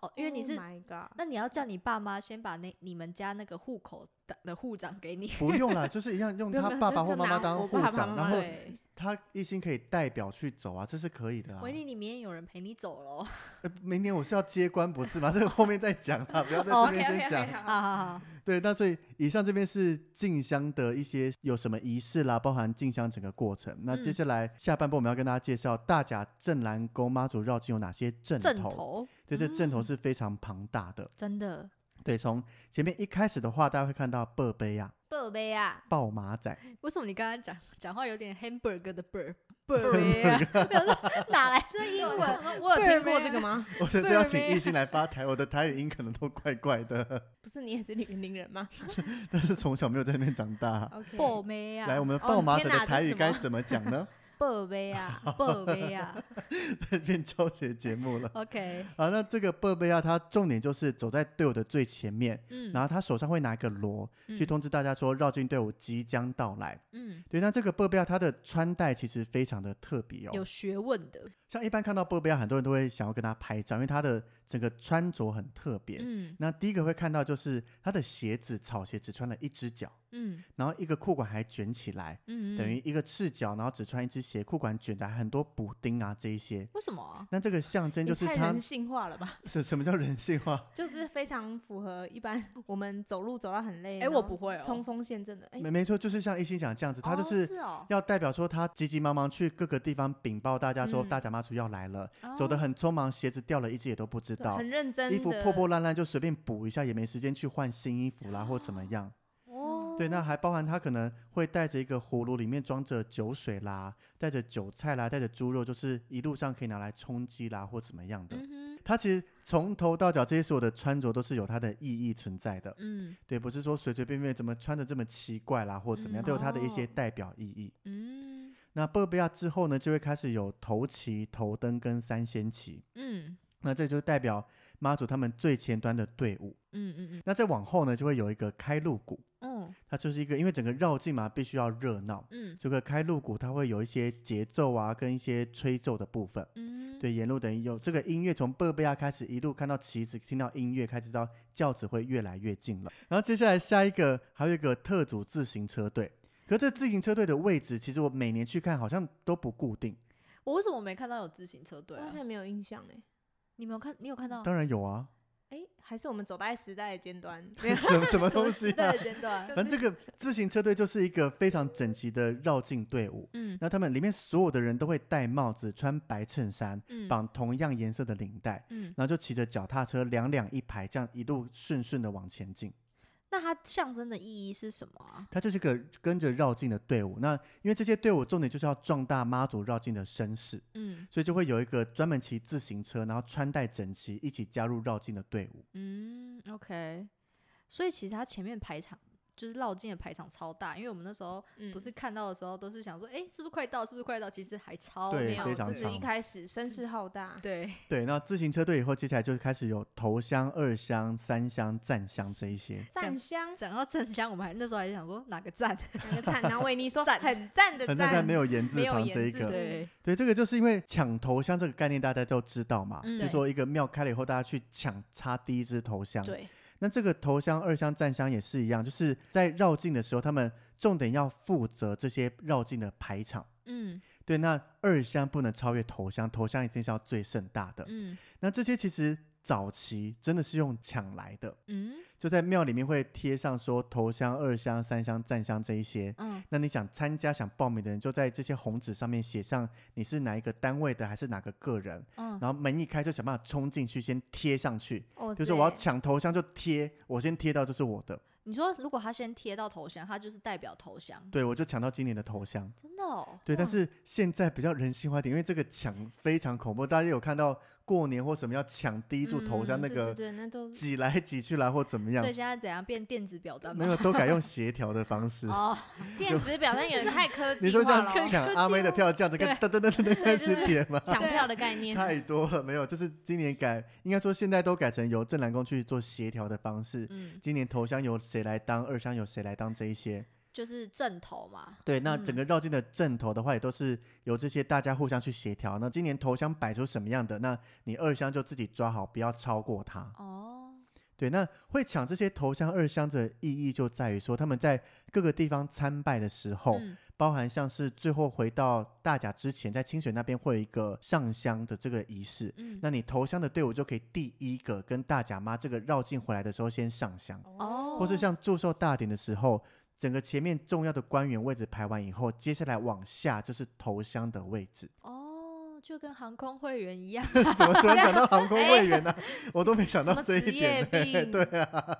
A: 哦，因为你
C: Oh
A: 是，
C: my God，
A: 那你要叫你爸妈先把那你们家那个户口的的户长给你。
B: 不用啦，就是一样用
C: 不用
B: 他
C: 不用
B: 爸
C: 就
B: 爸或
C: 就
B: 妈妈
C: 拿我
B: 当
C: 爸
B: 护
C: 爸
B: 长，
C: 妈
B: 然
C: 妈
B: 后
A: 对，
B: 他一心可以代表去走啊，这是可以 *laughs* 的啊。
A: 维尼，你明天有人陪你走喽。
B: 呃明年我是要接官不是吗？ *laughs* 这个后面再讲啦，不要在这
C: 哦
A: OK，OK，OK，
B: 边先讲。啊
C: 啊
A: 好好
B: *laughs*
A: 好，
B: 对，那所以以上这边是进香的一些有什么仪式啦，包含进香整个过程。那接
A: 嗯
B: 下来下半部我们要跟大家介绍大甲镇澜宫妈祖绕境有哪些阵
A: 正
B: 头。
A: 头
B: 对，这阵头
A: 嗯
B: 是非常庞大的。
A: 真的
B: 对，从前面一开始的话，大家会看到贝贝啊、
C: 宝贝啊，
B: 豹马
C: *laughs*
B: 仔，
A: 为什么你刚刚讲讲话有点 hamburger 的 bird
B: *laughs*
C: *laughs*
A: bird 啊？没有说哪来的英
C: 我 *laughs*
A: 文？
C: 想说我有听过这个吗？
B: 我觉得这要请
A: 贝贝
B: 艺兴来发台，我的台语音可能都怪怪的，
C: 不是你也是云林人 *laughs* 吗
B: 但是从小没有在那边长大。
C: ？OK，
A: 爆妹啊，
B: *laughs* 来，我们
C: 哦
B: 豹马仔
C: 天
B: 的
C: 哪
B: 台
C: 这
B: 语
C: 是
B: 该
C: 什么
B: 怎么讲呢？ *laughs*
C: 宝贝啊，
A: 爆妹啊。
B: 变教学节目了。 *laughs*
A: OK，
B: 好，那这个贝贝啊，他重点就是走在队伍的最前面，
A: 嗯，
B: 然后他手上会拿一个锣去
A: 嗯
B: 通知大家说绕境队伍即将到来。
A: 嗯，
B: 对，那这个贝贝啊，他的穿戴其实非常的特别
A: 有
B: 哦。
A: 学问的，
B: 像一般看到贝贝啊，很多人都会想要跟他拍照，因为他的整个穿着很特别。
A: 嗯
B: 那第一个会看到就是他的鞋子，草鞋只穿了一只脚，
A: 嗯
B: 然后一个裤管还卷起来，
A: 嗯，
B: 等
A: 嗯
B: 于一个赤脚，然后只穿一只鞋，裤管卷的还很多补丁啊这一些。
A: 为什么啊？
B: 那这个象征
C: 你
B: 就是
C: 太
B: 他
C: 人性化了吧？ *laughs*
B: 什什么叫人性化？
C: 就是非常符合一般我们走路走到很累，
A: 哎，
C: 然
A: 我
C: 后
A: 不会
C: 冲
A: 哦，
C: 锋陷阵的，哎、
B: 没没错，就是像一心想这样子，他就
A: 哦
B: 是
A: 是哦，
B: 要代表说他急急忙忙去各个地方禀报大家说
C: 嗯
B: 大甲妈祖要来了，
A: 哦
B: 走得很匆忙，鞋子掉了一只也都不知
C: 对
B: 道，
C: 很认真，
B: 衣服破破，烂烂就随便补一下，也没时间去换新衣服啦或怎么样。
A: 哦，
B: 对，那还包含他可能会带着一个葫芦，里面装着酒水啦，带着韭菜啦，带着猪肉，就是一路上可以拿来充饥啦或怎么样的。
A: 嗯哼，
B: 他其实从头到脚这些所有的穿着都是有它的意义存在的。
A: 嗯
B: 对，不是说随随便便怎么穿的这么奇怪啦，或怎么样，
A: 嗯
B: 都有它的一些
C: 哦
B: 代表意义。
A: 嗯
B: 那贝贝亚之后呢，就会开始有头旗、头灯跟三仙旗，
A: 嗯
B: 那这就代表妈祖他们最前端的队伍。
A: 嗯嗯嗯
B: 那再往后呢，就会有一个开路鼓，
A: 哦，
B: 它就是一个因为整个绕境嘛，必须要热闹。
A: 嗯
B: 这个开路鼓它会有一些节奏啊，跟一些吹奏的部分。
A: 嗯，
B: 对，沿路等于有这个音乐从贝贝亚开始，一路看到旗子，听到音乐，开始到轿子会越来越近了。然后接下来下一个还有一个特组自行车队，可这自行车队的位置，其实我每年去看好像都不固定。
A: 我为什么没看到有自行车队
C: 我好
A: 啊？
C: 像没有印象哎、
A: 你没有看？你有看到？
B: 当然有啊，
C: 哎、还是我们走在时代的
B: *laughs*
C: 尖端，
B: 什么什
A: *laughs*
B: 么东
A: 时
B: 西
A: 代
B: 啊
A: 的？尖端 *laughs*
C: 就，
B: 反正这个自行车队就是一个非常整齐的绕境队伍。 *laughs*
A: 嗯
B: 那他们里面所有的人都会戴帽子、穿白衬衫，
A: 嗯
B: 绑同样颜色的领带，
A: 嗯，
B: 然后就骑着脚踏车两两一排，这样一路顺顺的往前进。
A: 那它象征的意义是什么啊？
B: 它就是个跟着绕境的队伍。那因为这些队伍重点就是要壮大妈祖绕境的声势，
A: 嗯
B: 所以就会有一个专门骑自行车，然后穿戴整齐，一起加入绕境的队伍。
A: 嗯，OK，所以其实它前面排场。就是绕境的排场超大，因为我们那时候
C: 嗯
A: 不是看到的时候，都是想说，哎、是不是快到？是不是快到？其实还
B: *laughs*
A: 超
B: 对
A: 秒
B: 非常
A: 的
C: 就是一
B: 长
C: 开始声势浩大，
A: 对，
B: 对，那自行车队以后，接下来就开始有头香、二香、三香、赞香这一些。
C: 赞香
A: 讲到正香，我们还那时候还想说哪个 *laughs* 站？
C: 哪个赞？然后维
B: *laughs*
C: 尼说
A: 赞
C: 很赞的
B: 很赞，但
C: 赞，
B: 没有言字
C: 没有
B: 旁
C: 言
B: 这一
C: 字
B: 个，
A: 对，
B: 对，这个就是因为抢头香这个概念大家都知道嘛，
A: 嗯
B: 就说一个庙开了以后，大家去抢插第一支头香。
A: 对，
B: 那这个头香、二香、站香也是一样，就是在绕境的时候，他们重点要负责这些绕境的排场。
A: 嗯
B: 对，那二香不能超越头香，头香一定是要最盛大的。
A: 嗯
B: 那这些其实早期真的是用抢来的，
A: 嗯
B: 就在庙里面会贴上说头香、二香、三香、站香这一些。
A: 嗯
B: 那你想参加、想报名的人，就在这些红纸上面写上你是哪一个单位的，还是哪个个人，
A: 嗯，
B: 然后门一开就想办法冲进去，先贴上去。
C: 哦
B: 比如说我要
C: 对
B: 抢头香就贴，我先贴到这是我的，
A: 你说如果他先贴到头像，他就是代表头像，
B: 对我就抢到今年的头香。
A: 真的哦。
B: 对，但
C: 哇
B: 是现在比较人性化一点，因为这个抢非常恐怖，大家有看到过年或什么要抢第一柱头像
C: 嗯
B: 那
C: 对
B: 个
C: 对对，那
B: *laughs*
C: 都是
B: 挤来挤去啦或怎么样
A: 所以，现在怎样变电子表
C: 呃 *laughs*
A: 单
B: 没
A: 吗？
B: 有都改用协调的方式。
A: 哦，
C: 电子表单有点太科
B: 你
C: 技
B: 说
C: 化
B: 像
C: 了哦，
B: 抢阿妹的票这样子，
A: 对
B: 跟噔噔噔噔噔开始
C: 对
B: 点吗？ *laughs*
C: 抢
A: 对
C: 票的概念。
B: 太多了，没有，就是今年改，应该说现在都改成由正南宫去做协调的方式。
A: 嗯，
B: 今年头香由谁来当，二香由谁来当这一些。
A: 就是正头嘛，
B: 对，那整
C: 嗯
B: 个绕境的阵头的话，也都是由这些大家互相去协调。那今年头香摆出什么样的，那你二香就自己抓好，不要超过它。
A: 哦，
B: 对，那会抢这些头香、二香的意义就在于说，他们在各个地方参拜的时候，
A: 嗯
B: 包含像是最后回到大甲之前，在清水那边会有一个上香的这个仪式。
A: 嗯，
B: 那你投香的队伍就可以第一个跟大甲妈这个绕境回来的时候先上香，
A: 哦
B: 或是像祝寿大典的时候，整个前面重要的官员位置排完以后，接下来往下就是投香的位置。 *laughs*
A: 哦，就跟航空会员一样，
B: 怎么突然讲到航空会
C: *laughs*
B: 员呢、我都没想
C: 哎什
B: 到
C: 么
B: 这
C: 职
B: 一
C: 业
B: 点、*laughs*
C: 病？
B: 对啊，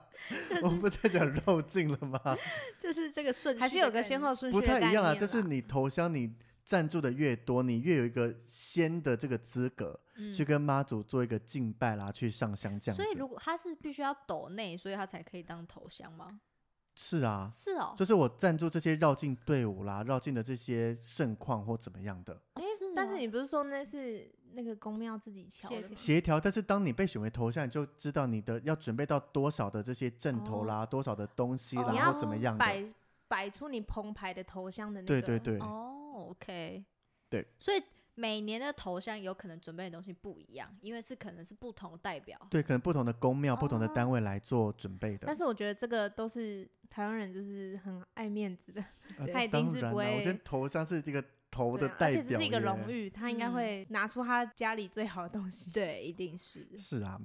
B: 我们不在讲绕境了
C: *laughs*
B: 吗？
A: *laughs* 就是这个顺序
C: 还是有
A: 的
C: 个
A: 概念
C: 先后顺序
B: 不
C: 的
B: 太
C: 概
B: 一样啊，
C: 念
B: 就是
C: 啦
B: 你投香你。赞助的越多，你越有一个先的这个资格、
A: 嗯
B: 去跟妈祖做一个敬拜啦，去上香这样子。
A: 所以如果他是必须要抖内，所以他才可以当头像吗？
B: 是啊，
A: 是哦，
B: 就是我赞助这些绕境队伍啦，绕境的这些盛况或怎么样的
A: 哦
C: 诶
A: 是哦
C: 但是你不是说那是那个公庙自己敲
A: 谢
C: 的吗？
A: 谢
B: 协调。但是当你被选为头像，你就知道你的要准备到多少的这些阵头啦，多少的东西
A: 哦
B: 啦，
A: 你
B: 然
A: 要
B: 后怎么样的。
C: 摆摆出你澎湃的头像的那
B: 对
C: 个，
B: 对对，
A: 哦，OK，
B: 对，
A: 所以每年的头像有可能准备的东西不一样，因为是可能是不同代表，
B: 对，可能不同的宫庙、不同的
A: 哦
C: 啊
B: 单位来做准备的。
C: 但是我觉得这个都是台湾人，就是很爱面子的，
B: 啊
C: 他一
B: 当
C: 定是
B: 然
C: 不
B: 啦我觉得
C: 会
B: 头像是这个头
C: 对
B: 的
C: 啊
B: 代
C: 而且
B: 表，
C: 这是一个荣。誉，他应该
A: 嗯
C: 会拿出他家里最好的东西。
A: 对，一定是，
B: 是啊，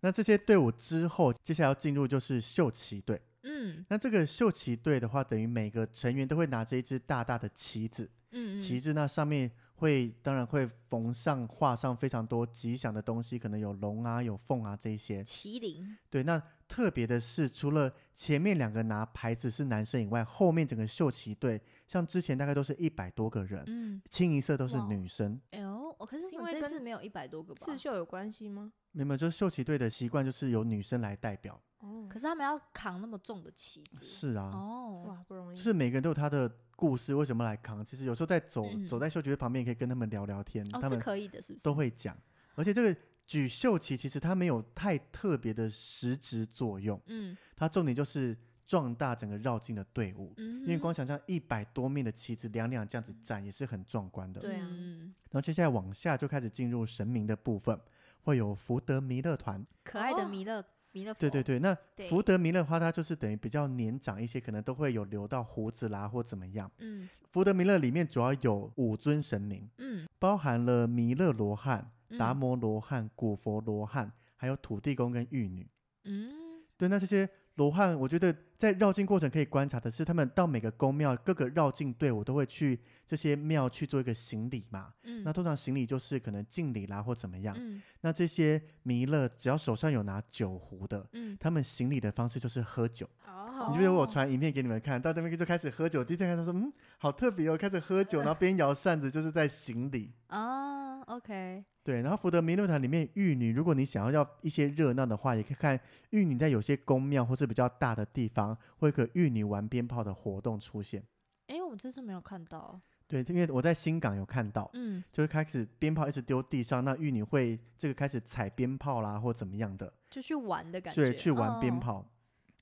B: 那这些队伍之后，接下来要进入就是秀旗队。
A: 嗯
B: 那这个秀旗队的话，等于每个成员都会拿着一支大大的旗子。
A: 嗯，嗯
B: 旗帜那上面会当然会缝上画上非常多吉祥的东西，可能有龙啊、有凤啊这一些。
A: 麒麟，
B: 对，那特别的是，除了前面两个拿牌子是男生以外，后面整个秀旗队，像之前大概都是一百多个人，
A: 嗯，
B: 清一色都是
C: 哇
B: 女生。
A: 哎呦，哦可是
C: 是
A: 你
C: 因
A: 们
C: 为
A: 这
C: 跟
A: 次没有一百多个
B: 嗯
A: 吧？
C: 刺绣有关系吗？
B: 明白，就是秀旗队的习惯就是由女生来代表。
C: 哦
A: 可是他们要扛那么重的旗子，
B: 是啊，
A: 哦，
C: 哇，不容易。
B: 就是每个人都有他的故事，为什么来扛？其实有时候在走、
A: 嗯
B: 走在秀旗队旁边，也可以跟他们聊聊天，
A: 哦
B: 他
A: 是
B: 们
A: 可以的，是不是？
B: 都会讲，而且这个举秀旗其实它没有太特别的实质作用，
A: 嗯
B: 它重点就是壮大整个绕境的队伍。
A: 嗯哼，
B: 因为光想象一百多面的旗子两两这样子站也是很壮观的。
C: 对啊
A: 嗯
B: 然后接下来往下就开始进入神明的部分，会有福德弥勒团。
A: 可爱的
C: 哦
A: 弥勒弥勒佛，
B: 对对对，那
C: 对
B: 福德弥勒的话，它就是等于比较年长一些，可能都会有留到胡子啦或怎么样。
A: 嗯
B: 福德弥勒里面主要有五尊神明，
A: 嗯，
B: 包含了弥勒罗汉、达
A: 嗯
B: 摩罗汉、古佛罗汉，还有土地公跟玉女。
A: 嗯
B: 对，那这些罗汉，我觉得在绕境过程可以观察的是，他们到每个宫庙、各个绕境队伍都会去这些庙去做一个行礼嘛。
A: 嗯，
B: 那通啊常行礼就是可能敬礼啦或怎么样。
A: 嗯
B: 那这些弥勒只要手上有拿酒壶的，
A: 嗯，
B: 他们行礼的方式就是喝酒。你
C: 哦
B: 记不记得我
A: 哦
B: 传影片给你们看，到那边就开始喝酒。第一天看他说，嗯，好特别哦，开始喝酒，然后边摇扇子就是在行礼。
A: 啊，OK，
B: 对，然后福德弥勒堂里面玉女，如果你想要要一些热闹的话，也可以看玉女在有些宫庙或是比较大的地方，会有一个玉女玩鞭炮的活动出现。
A: 哎，我这次没有看到，
B: 对，因为我在新港有看到，
A: 嗯
B: 就是开始鞭炮一直丢地上，那玉女会这个开始踩鞭炮啦，或怎么样的，
A: 就去玩的感觉，
B: 对，去玩鞭
A: 哦，
B: 炮。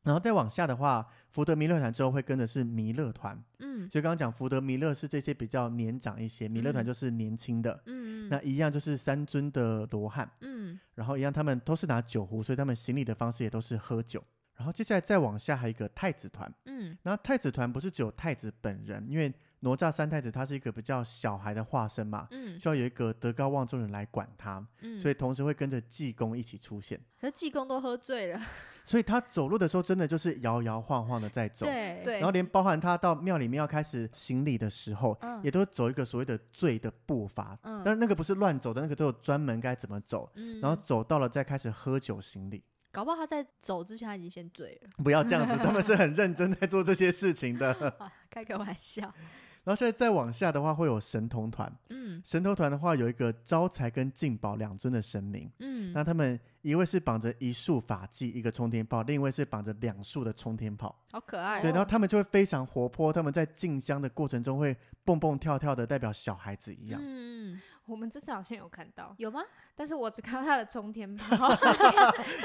B: 然后再往下的话，福德弥勒团之后会跟着是弥勒团，
A: 嗯
B: 所以刚刚讲福德弥勒是这些比较年长一些，弥勒团
A: 嗯
B: 就是年轻的，
A: 嗯，
B: 那一样就是三尊的罗汉。
A: 嗯
B: 然后一样，他们都是拿酒壶，所以他们行礼的方式也都是喝酒。然后接下来再往下还有一个太子团，
A: 嗯
B: 然后太子团不是只有太子本人，因为哪吒三太子他是一个比较小孩的化身嘛，
A: 嗯
B: 需要有一个德高望重的人来管他，
A: 嗯，
B: 所
A: 以
B: 以同时会跟着济公一起出现。
A: 可是济公都喝醉了，
B: 所以他走路的时候真的就是摇摇晃晃的在走，
A: 对，
C: 对，
B: 然后连包含他到庙里面要开始行礼的时候，
A: 嗯
B: 也都走一个所谓的醉的步伐。
A: 嗯
B: 但那个不是乱走的，那个都有专门该怎么走。
A: 嗯，
B: 然后走到了再开始喝酒行礼，
A: 搞不好他在走之前他已经先醉了， *laughs* 嗯
B: 不要这样子，他们是很认真在做这些事情的。 *laughs*
A: 啊，开个玩笑，
B: 然 *laughs* 然后再再往下的话，会有神童团。
A: 嗯
B: 神童团的话，有一个招财跟进宝两尊的神明。
A: 嗯，
B: 那他们一位是绑着一束法器一个冲天炮，另一位是绑着两束的冲天炮。
A: 好可爱哦。
B: 对，然后他们就会非常活泼，他们在进香的过程中会蹦蹦跳跳的，代表小孩子一样。
A: 嗯，嗯
C: 我们这次好像有看到，
B: *laughs*
A: 有吗？
C: 但是我只看到他的冲天炮，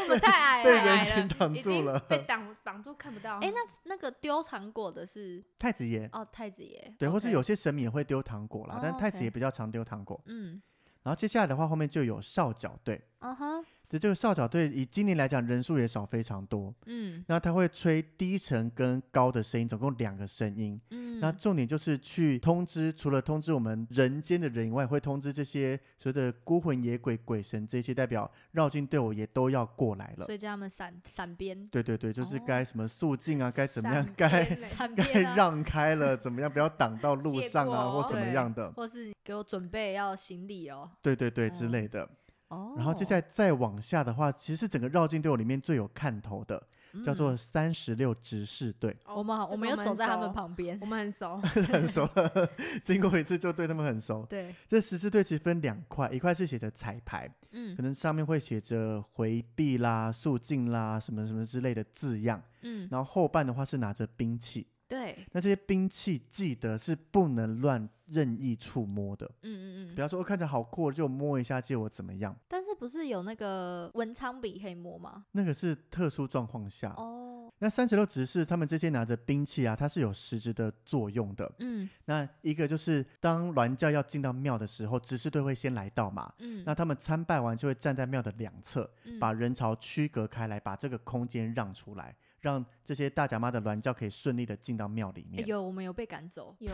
A: 我们太矮
B: 被人
A: 了。
C: 太矮
B: 群挡
C: 已
B: 住
C: 经
B: 了
C: 被挡绑住看不
A: *laughs*
C: 到。
A: 哎、那那个丢糖果的是
B: 太子爷，
A: 哦太子爷，
B: 对，或是
A: OK
B: 有些神明也会丢糖果啦，但
A: 哦
B: 太子
A: ，OK
B: 爷比较常丢糖果。
A: 嗯
B: 然后接下来的话，后面就有少角队。
A: 嗯哼
B: 对，这个少角队以今年来讲人数也少非常多，
A: 嗯
B: 那他会吹低沉跟高的声音，总共两个声音。
A: 嗯，
B: 那重点就是去通知，除了通知我们人间的人以外，会通知这些所谓的孤魂野鬼、鬼神这些代表绕境队伍也都要过来了
A: 所。以叫他们闪闪边
B: 对对对，就是
A: 哦
B: 该什么肃静啊，该怎么样
C: 闪，
B: 该
C: 边嘞
A: 闪
B: *laughs* 该
A: 边、啊，
B: 让开了，怎么样，不要挡到路
C: 借
B: 上啊，
C: 过
B: 或怎么
A: 对
B: 样的，
A: 或是给我准备要行礼哦
B: 对对对之类的。
A: 哦。
B: 然后接下来再往下的话，其实是整个绕境队伍里面最有看头的，
A: 来
B: 叫做三十六执事队，
C: 哦
A: 我们好，
C: 这
A: 我们
C: 个
A: 有走在他们
C: 很熟，
A: 旁边
C: 我，们很熟，
B: 很熟 *laughs* 了，经过一次就 *laughs* 对他们很熟。
A: 对，
B: 这十字队其实分两块，一块是写着彩排，
A: 嗯
B: 可能上面会写着回避啦、肃静啦、什么什么之类的字样，
A: 嗯，
B: 然后后半的话是拿着兵器，
A: 对，
B: 那这些兵器记得是不能乱任意触摸的，
A: 嗯嗯
B: 比
A: 嗯。
B: 方说哦看着好酷就摸一下，借我怎么样？
A: 但是不是有那个文昌笔黑魔吗？
B: 那个是特殊状况下。
A: 哦，
B: 那三十六执事他们这些拿着兵器啊，它是有实质的作用的。
A: 嗯
B: 那一个就是当銮轿要进到庙的时候，执事队会先来到嘛，
A: 嗯，
B: 那他们参拜完就会站在庙的两侧，
A: 嗯
B: 把人潮区隔开来，把这个空间让出来，让这些大甲妈的銮轿可以顺利的进到庙里
A: 哎
B: 面。
A: 有我们 *laughs* 有被赶走，
C: 有，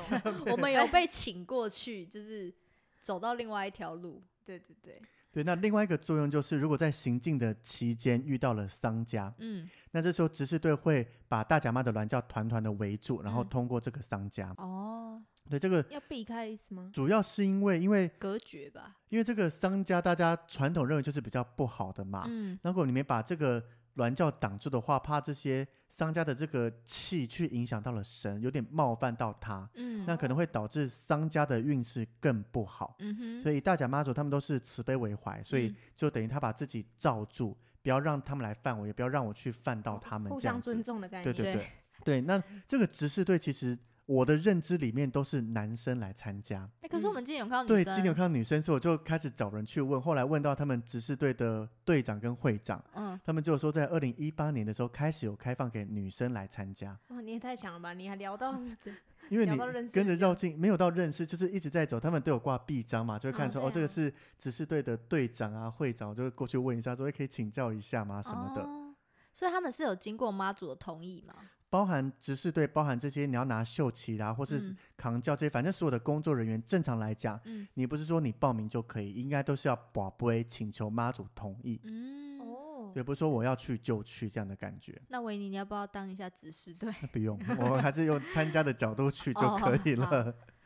A: 我们
B: *laughs*
A: 有被请过去，就是走到另外一条路。
C: *laughs* 对对对，
B: 对，那另外一个作用就是，如果在行进的期间遇到了丧家，
A: 嗯，
B: 那这时候执事队会把大甲妈的銮轿团团的围住，然后
A: 嗯
B: 通过这个丧家。
A: 哦，
B: 对，这个
C: 要避开的意
A: *laughs*
C: 思吗？
B: 主要是因为，因为
A: 隔绝吧。
B: 因为这个丧家，大家传统认为就是比较不好的嘛。
A: 嗯
B: 如果你没把这个銮轿挡住的话，怕这些商家的这个气去影响到了神，有点冒犯到他，
A: 嗯
B: 那可能会导致商家的运势更不好。
A: 嗯哼，
B: 所以大甲妈祖他们都是慈悲为怀，所以
A: 嗯
B: 就等于他把自己罩住，不要让他们来犯我，也不要让我去犯到他们
C: 互
B: 这样
C: 相
B: 子。
C: 尊重的概
B: 对
C: 念，
B: 对对对，那这个执事队其实我的认知里面都是男生来参加，
A: 哎，可是我们今天有看到
B: 嗯对，
A: 女
B: 今天有
A: 生，
B: 看到女生，所以我就开始找人去问，后来问到他们执事队的队长跟会长，
A: 嗯，
B: 他们就说在二零一八年的时候开始有开放给女生来参加，
C: 哇，你也太强了吧！你还
A: *laughs*
C: 聊到
B: 因为
C: 聊
B: 你
C: 到认识
B: 跟着
C: 这
B: 绕
C: 样
B: 境没有到认识，就是一直在走，他们都有挂臂章嘛，就会看
C: 哦
B: 说、
C: 对
B: 哦这个
C: 啊
B: 是执事队的队长啊会长，我就会过去问一下，说哎可以请教一下吗啊什么的，
A: 哦所以他们是有经过妈祖的同意吗？
B: 包含执事队，包含这些你要拿绣旗啦、或是
A: 嗯
B: 扛轿这些，反正所有的工作人员正常来讲。
A: 嗯
B: 你不是说你报名就可以，应该都是要宝贝请求妈祖同意，
A: 嗯，
C: 哦
B: 也，不是说我要去就去这样的感觉。 *laughs*
A: 那维尼，你要不要当一下指示队？
B: 那不
A: *laughs*
B: 用，我还是用参加的角度去就
A: 哦
B: 可以
A: 好
B: 了。 *laughs*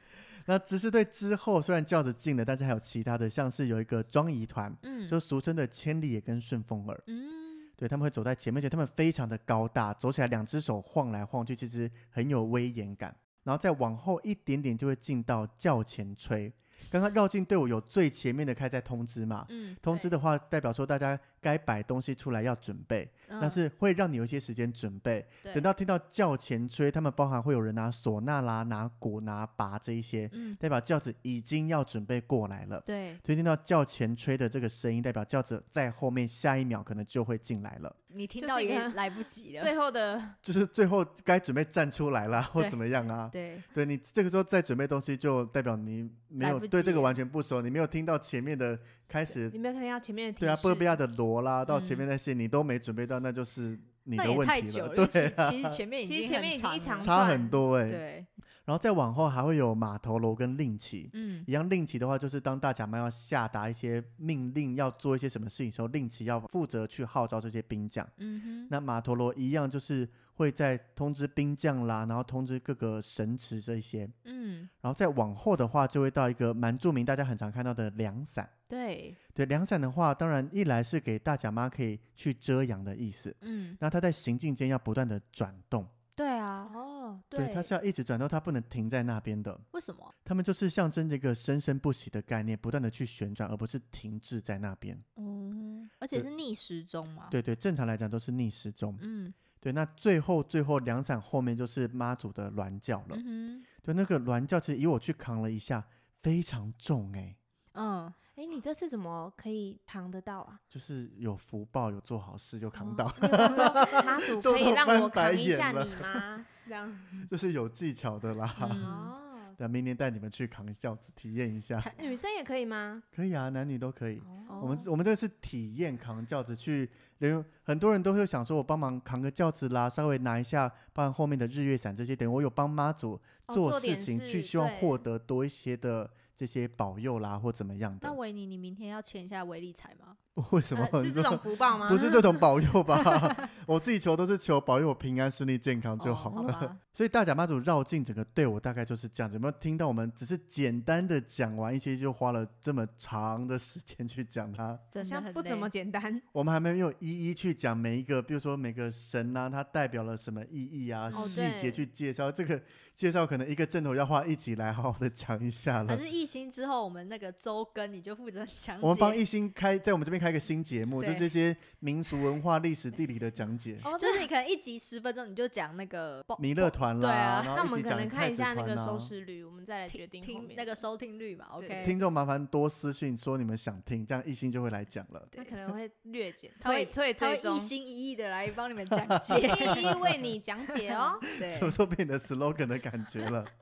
B: 那执事队之后虽然叫着进了，但是还有其他的，像是有一个庄仪团，
A: 嗯，
B: 就俗称的千里眼跟顺风耳，
A: 嗯
B: 对他们会走在前面，而且他们非常的高大，走起来两只手晃来晃去，其实很有威严感。然后再往后一点点就会进到轿前吹，刚刚绕进队伍有最前面的开始在通知嘛，
A: 嗯，
B: 通知的话代表说大家该摆东西出来要准备，但
A: 嗯
B: 是会让你有一些时间准备，
A: 对
B: 等到听到轿前吹，他们包含会有人拿唢呐啦、拿鼓、拿拔这一些，
A: 嗯
B: 代表轿子已经要准备过来了。
A: 对，
B: 所以听到轿前吹的这个声音，代表轿子在后面下一秒可能就会进来了，
A: 你听
C: 就
A: 到
C: 是一
A: 也
C: 个
A: 来不及了。
C: 最后的
B: 就是最后该准备站出来啦，或
A: 对
B: 怎么样
A: *laughs*
B: 啊？
A: 对，
B: 对你这个时候再准备东西，就代表你没
A: 来
B: 有
A: 不
B: 对这
A: 及
B: 个
A: 了
B: 完全不熟，你没有听到前面的开始，
C: 你没有看到前面的提
B: 对啊，
C: 示
B: 波比亚的锣啦，到前
A: 嗯
B: 面那些你都没准备到，那就是你
A: 那
B: 的
A: 也
B: 问
A: 太
B: 题
A: 久
B: 了，
A: 了，
B: 对
A: 因为
B: 啊
A: 其其实前面已
C: 其实
A: 经
C: 前
A: 很
C: 面已经
A: 长
C: 一
A: 了
C: 长
B: 差
C: 串
B: 很多哎、
A: 对，
B: 然后再往后还会有码头楼跟令旗。
A: 嗯
B: 一样令旗的话，就是当大甲妈要下达一些命令，要做一些什么事情的时候，令旗要负责去号召这些兵将。
A: 嗯哼，
B: 那码头楼一样就是会在通知兵将啦，然后通知各个神池这一些。
A: 嗯
B: 然后再往后的话，就会到一个蛮著名，大家很常看到的凉伞。
A: 对，
B: 对，凉伞的话，当然一来是给大甲妈可以去遮阳的意思，
A: 嗯
B: 那它在行进间要不断的转动。
A: 对啊，
C: 哦，哦，
B: 对，它是要一直转动，它不能停在那边的。
A: 为什么？
B: 他们就是象征这个生生不息的概念，不断的去旋转，而不是停滞在那边。
C: 嗯，
A: 而且
B: 对
A: 是逆时钟嘛。，
B: 对对，正常来讲都是逆时钟。
A: 嗯
B: 对，那最后最后两场后面就是妈祖的銮轿了。
A: 嗯
B: 对，那个銮轿其实以我去扛了一下，非常重哎、
A: 哼， *laughs* 嗯，
C: 哎，你这次怎么可以扛得
A: *laughs*
C: 到啊？
B: 就是有福报，有做好事就扛到，
C: 哦你有跟他说妈祖可以让我扛一下
B: 都
C: 你吗？这样
B: *laughs* 就是有技巧的啦。啊
A: 嗯
C: 哦，
B: 那、明年带你们去扛轿子，体验一
A: *laughs*
B: 下，
C: 女生也可以吗？
B: 可以啊，男女都可以。
C: 哦，
B: 我们
A: 哦
B: 我们这是体验扛轿子去，等于很多人都会想说，我帮忙扛个轿子啦，稍微拿一下，帮后面的日月伞这些，等于我有帮妈祖
C: 哦
B: 做
C: 做
B: 事
C: 点
B: 情，去
C: 事
B: 希望
C: 对
B: 获得多一些的这些保佑啦，或怎么样
A: 那
B: 的。
A: 维尼，你明天要签一下威力彩吗？
B: *laughs* 为什么、
C: 呃是这种福报吗？
B: 不是这种保佑
C: *laughs*
B: 吧？我自己求都是求保佑我平安顺利健康就
A: 哦
B: 好
A: 好
B: 了。
A: *laughs* 吧
B: *laughs* 所以大甲妈祖绕境整个队伍大概就是这样子。有没有听到我们只是简单的讲完一些，就花了这么长的时间去讲它？
C: 好
A: 真的
C: 像
A: 很
C: 不怎
A: 累 *laughs*
C: 么简单。
B: 我们还没有一一去讲每一个，比如说每个神呐、它代表了什么意义啊，
A: 哦
B: 细节
C: 对
B: 去介绍。这个介绍可能一个正头要花一集来好好的讲一下
A: 反
B: 了。
A: 正一星之后，我们那个周更你就负责 *laughs* 讲解。
B: 我们帮一心开，在我们这边开个新节目，就
C: 对
B: 这些民俗文化、历史、地理的讲解。
C: 哦
A: 就是你可能一集十分钟，你就讲那个报
B: 弥勒团啦，
A: 对啊
B: 然
C: 那
B: 后
C: 我
B: 一起
C: 们可
B: 讲
C: 能
B: 太
C: 看一
B: 子
C: 下那
B: 团啊
C: 个
B: 啦
C: 收视率，我们再来决定后
A: 听
C: 面
A: 那个收听率嘛。
C: 对
A: OK，
B: 听众麻烦多私讯说你们想听，这样一心就会来讲了。
C: 他可能会略减，
A: 他会
C: 退退
A: 他
C: 最
A: 会
C: 终
A: 一心一意的来帮你们讲解。
C: *laughs* 一一为你讲解
A: *laughs*
C: 哦。
A: 对
B: 什，么时候变得 slogan 的感觉了？ *laughs*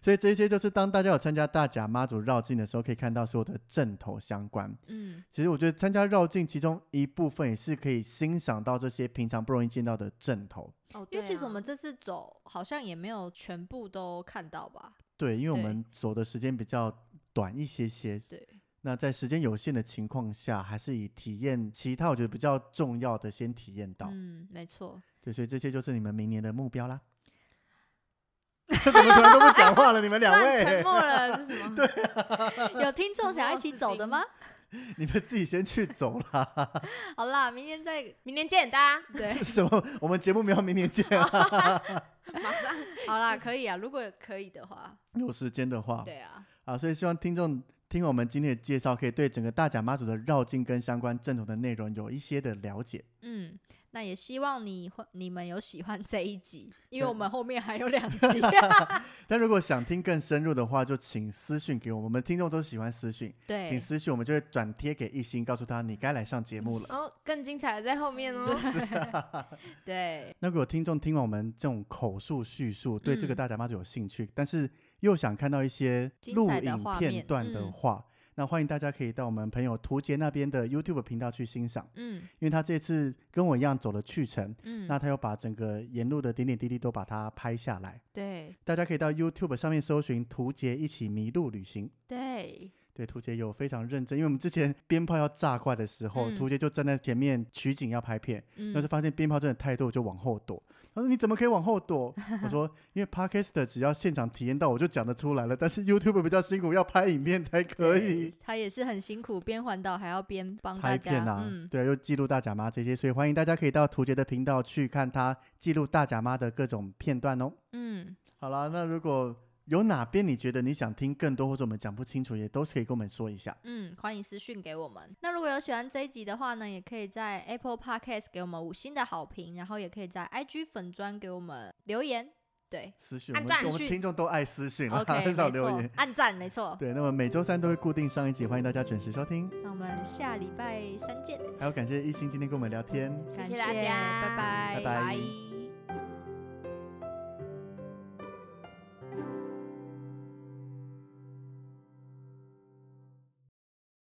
B: 所以这些就是当大家有参加大甲妈祖绕境的时候，可以看到所有的阵头相关。
A: 嗯
B: 其实我觉得参加绕境，其中一部分也是可以欣赏到这些平常不容易见到的阵头。
C: 哦，
A: 因为
C: 对
A: 其实
C: 啊
A: 我们这次走好像也没有全部都看到吧？
B: 对，因为我
A: 对
B: 们走的时间比较短一些些，
A: 对，
B: 那在时间有限的情况下，还是以体验其他我觉得比较重要的先体验到。
A: 嗯，没
C: *laughs*
A: 错。
B: 对，所以这些就是你们明年的目
A: *laughs*
B: 标啦。怎么突然都不讲话了？你们两
C: 突然沉
B: 位，
C: 默了，这是
B: *laughs*
C: 什么？对，
A: 有听众想要一起走的吗？
B: 你们自己先去走啦。
A: 好啦，明天再
C: 明年见，大家。
A: 对，
B: 什么？我们节目没有明年
A: *laughs*
B: 见啊。
A: 好啦，可以啊，如果可以的话，
B: 有时间的话，
A: 对啊，
B: 啊，所以希望听众听我们今天的介绍，可以对整个大甲妈祖的绕境跟相关正统的内容有一些的了解。
A: 嗯，那也希望你会你们有喜欢这一集，因为
B: 对
A: 我们后面还
B: *laughs*
A: 有两集。
B: 但如果想听更深入的话，就请私讯给我们，我们听众都喜欢私讯，请
A: 对，
B: 私讯，我们就会转贴给一心，告诉他你该来上节目了。
C: 然后哦更精彩的在后面哦。
A: 对，
B: 那如果听众听完我们这种口述叙述，对这个
A: 嗯
B: 大甲妈祖有兴趣，但是又想看到一些
A: 精
B: 录
A: 彩的
B: 影
A: 画
B: 片
A: 面
B: 段的
A: 嗯
B: 话，那欢迎大家可以到我们朋友图杰那边的 YouTube 频道去欣赏，
A: 嗯
B: 因为他这次跟我一样走了去程，
A: 嗯，
B: 那他又把整个沿路的点点滴滴都把它拍下来，
A: 对
B: 大家可以到 YouTube 上面搜寻“图杰一起迷路旅行”。
A: 对，
B: 对，图杰有非常认真，因为我们之前鞭炮要炸怪的时候，
A: 嗯
B: 图杰就站在前面取景要拍片，那
A: 嗯
B: 就发现鞭炮真的太多，我就往后躲。他说：“你怎么可以往后躲？” *laughs* 我说：“因为 podcaster 只要现场体验到，我就讲得出来了。但是 YouTube 比较辛苦，要拍影片才可
A: 对
B: 以
A: 他也是很辛苦，边环岛还要边帮大
B: 拍片
A: 家，
B: 啊。
A: 嗯，
B: 对啊，又记录大甲妈这些，所以欢迎大家可以到图杰的频道去看他记录大甲妈的各种片段哦。
A: 嗯，
B: 好啦，那如果有哪边你觉得你想听更多，或者我们讲不清楚，也都是可以跟我们说一下。
A: 嗯，欢迎私讯给我们。那如果有喜欢这一集的话呢，也可以在 Apple Podcast 给我们五星的好评，然后也可以在 IG 粉砖给我们留言。对
B: 私讯，我们
C: 按赞
B: 我们
A: 私讯
B: 听众都爱私讯啦，
A: ，OK，
B: *laughs* 很少
A: 没
B: 留
A: 错
B: 言，。
A: 按赞，没错。
B: 对，那么每周三都会固定上一集，欢迎大家准时收听。
A: 那我们下礼拜三见，
B: 还要感谢一心今天跟我们聊天。
A: 感
C: 谢谢大家
A: 拜
B: 拜拜
C: 拜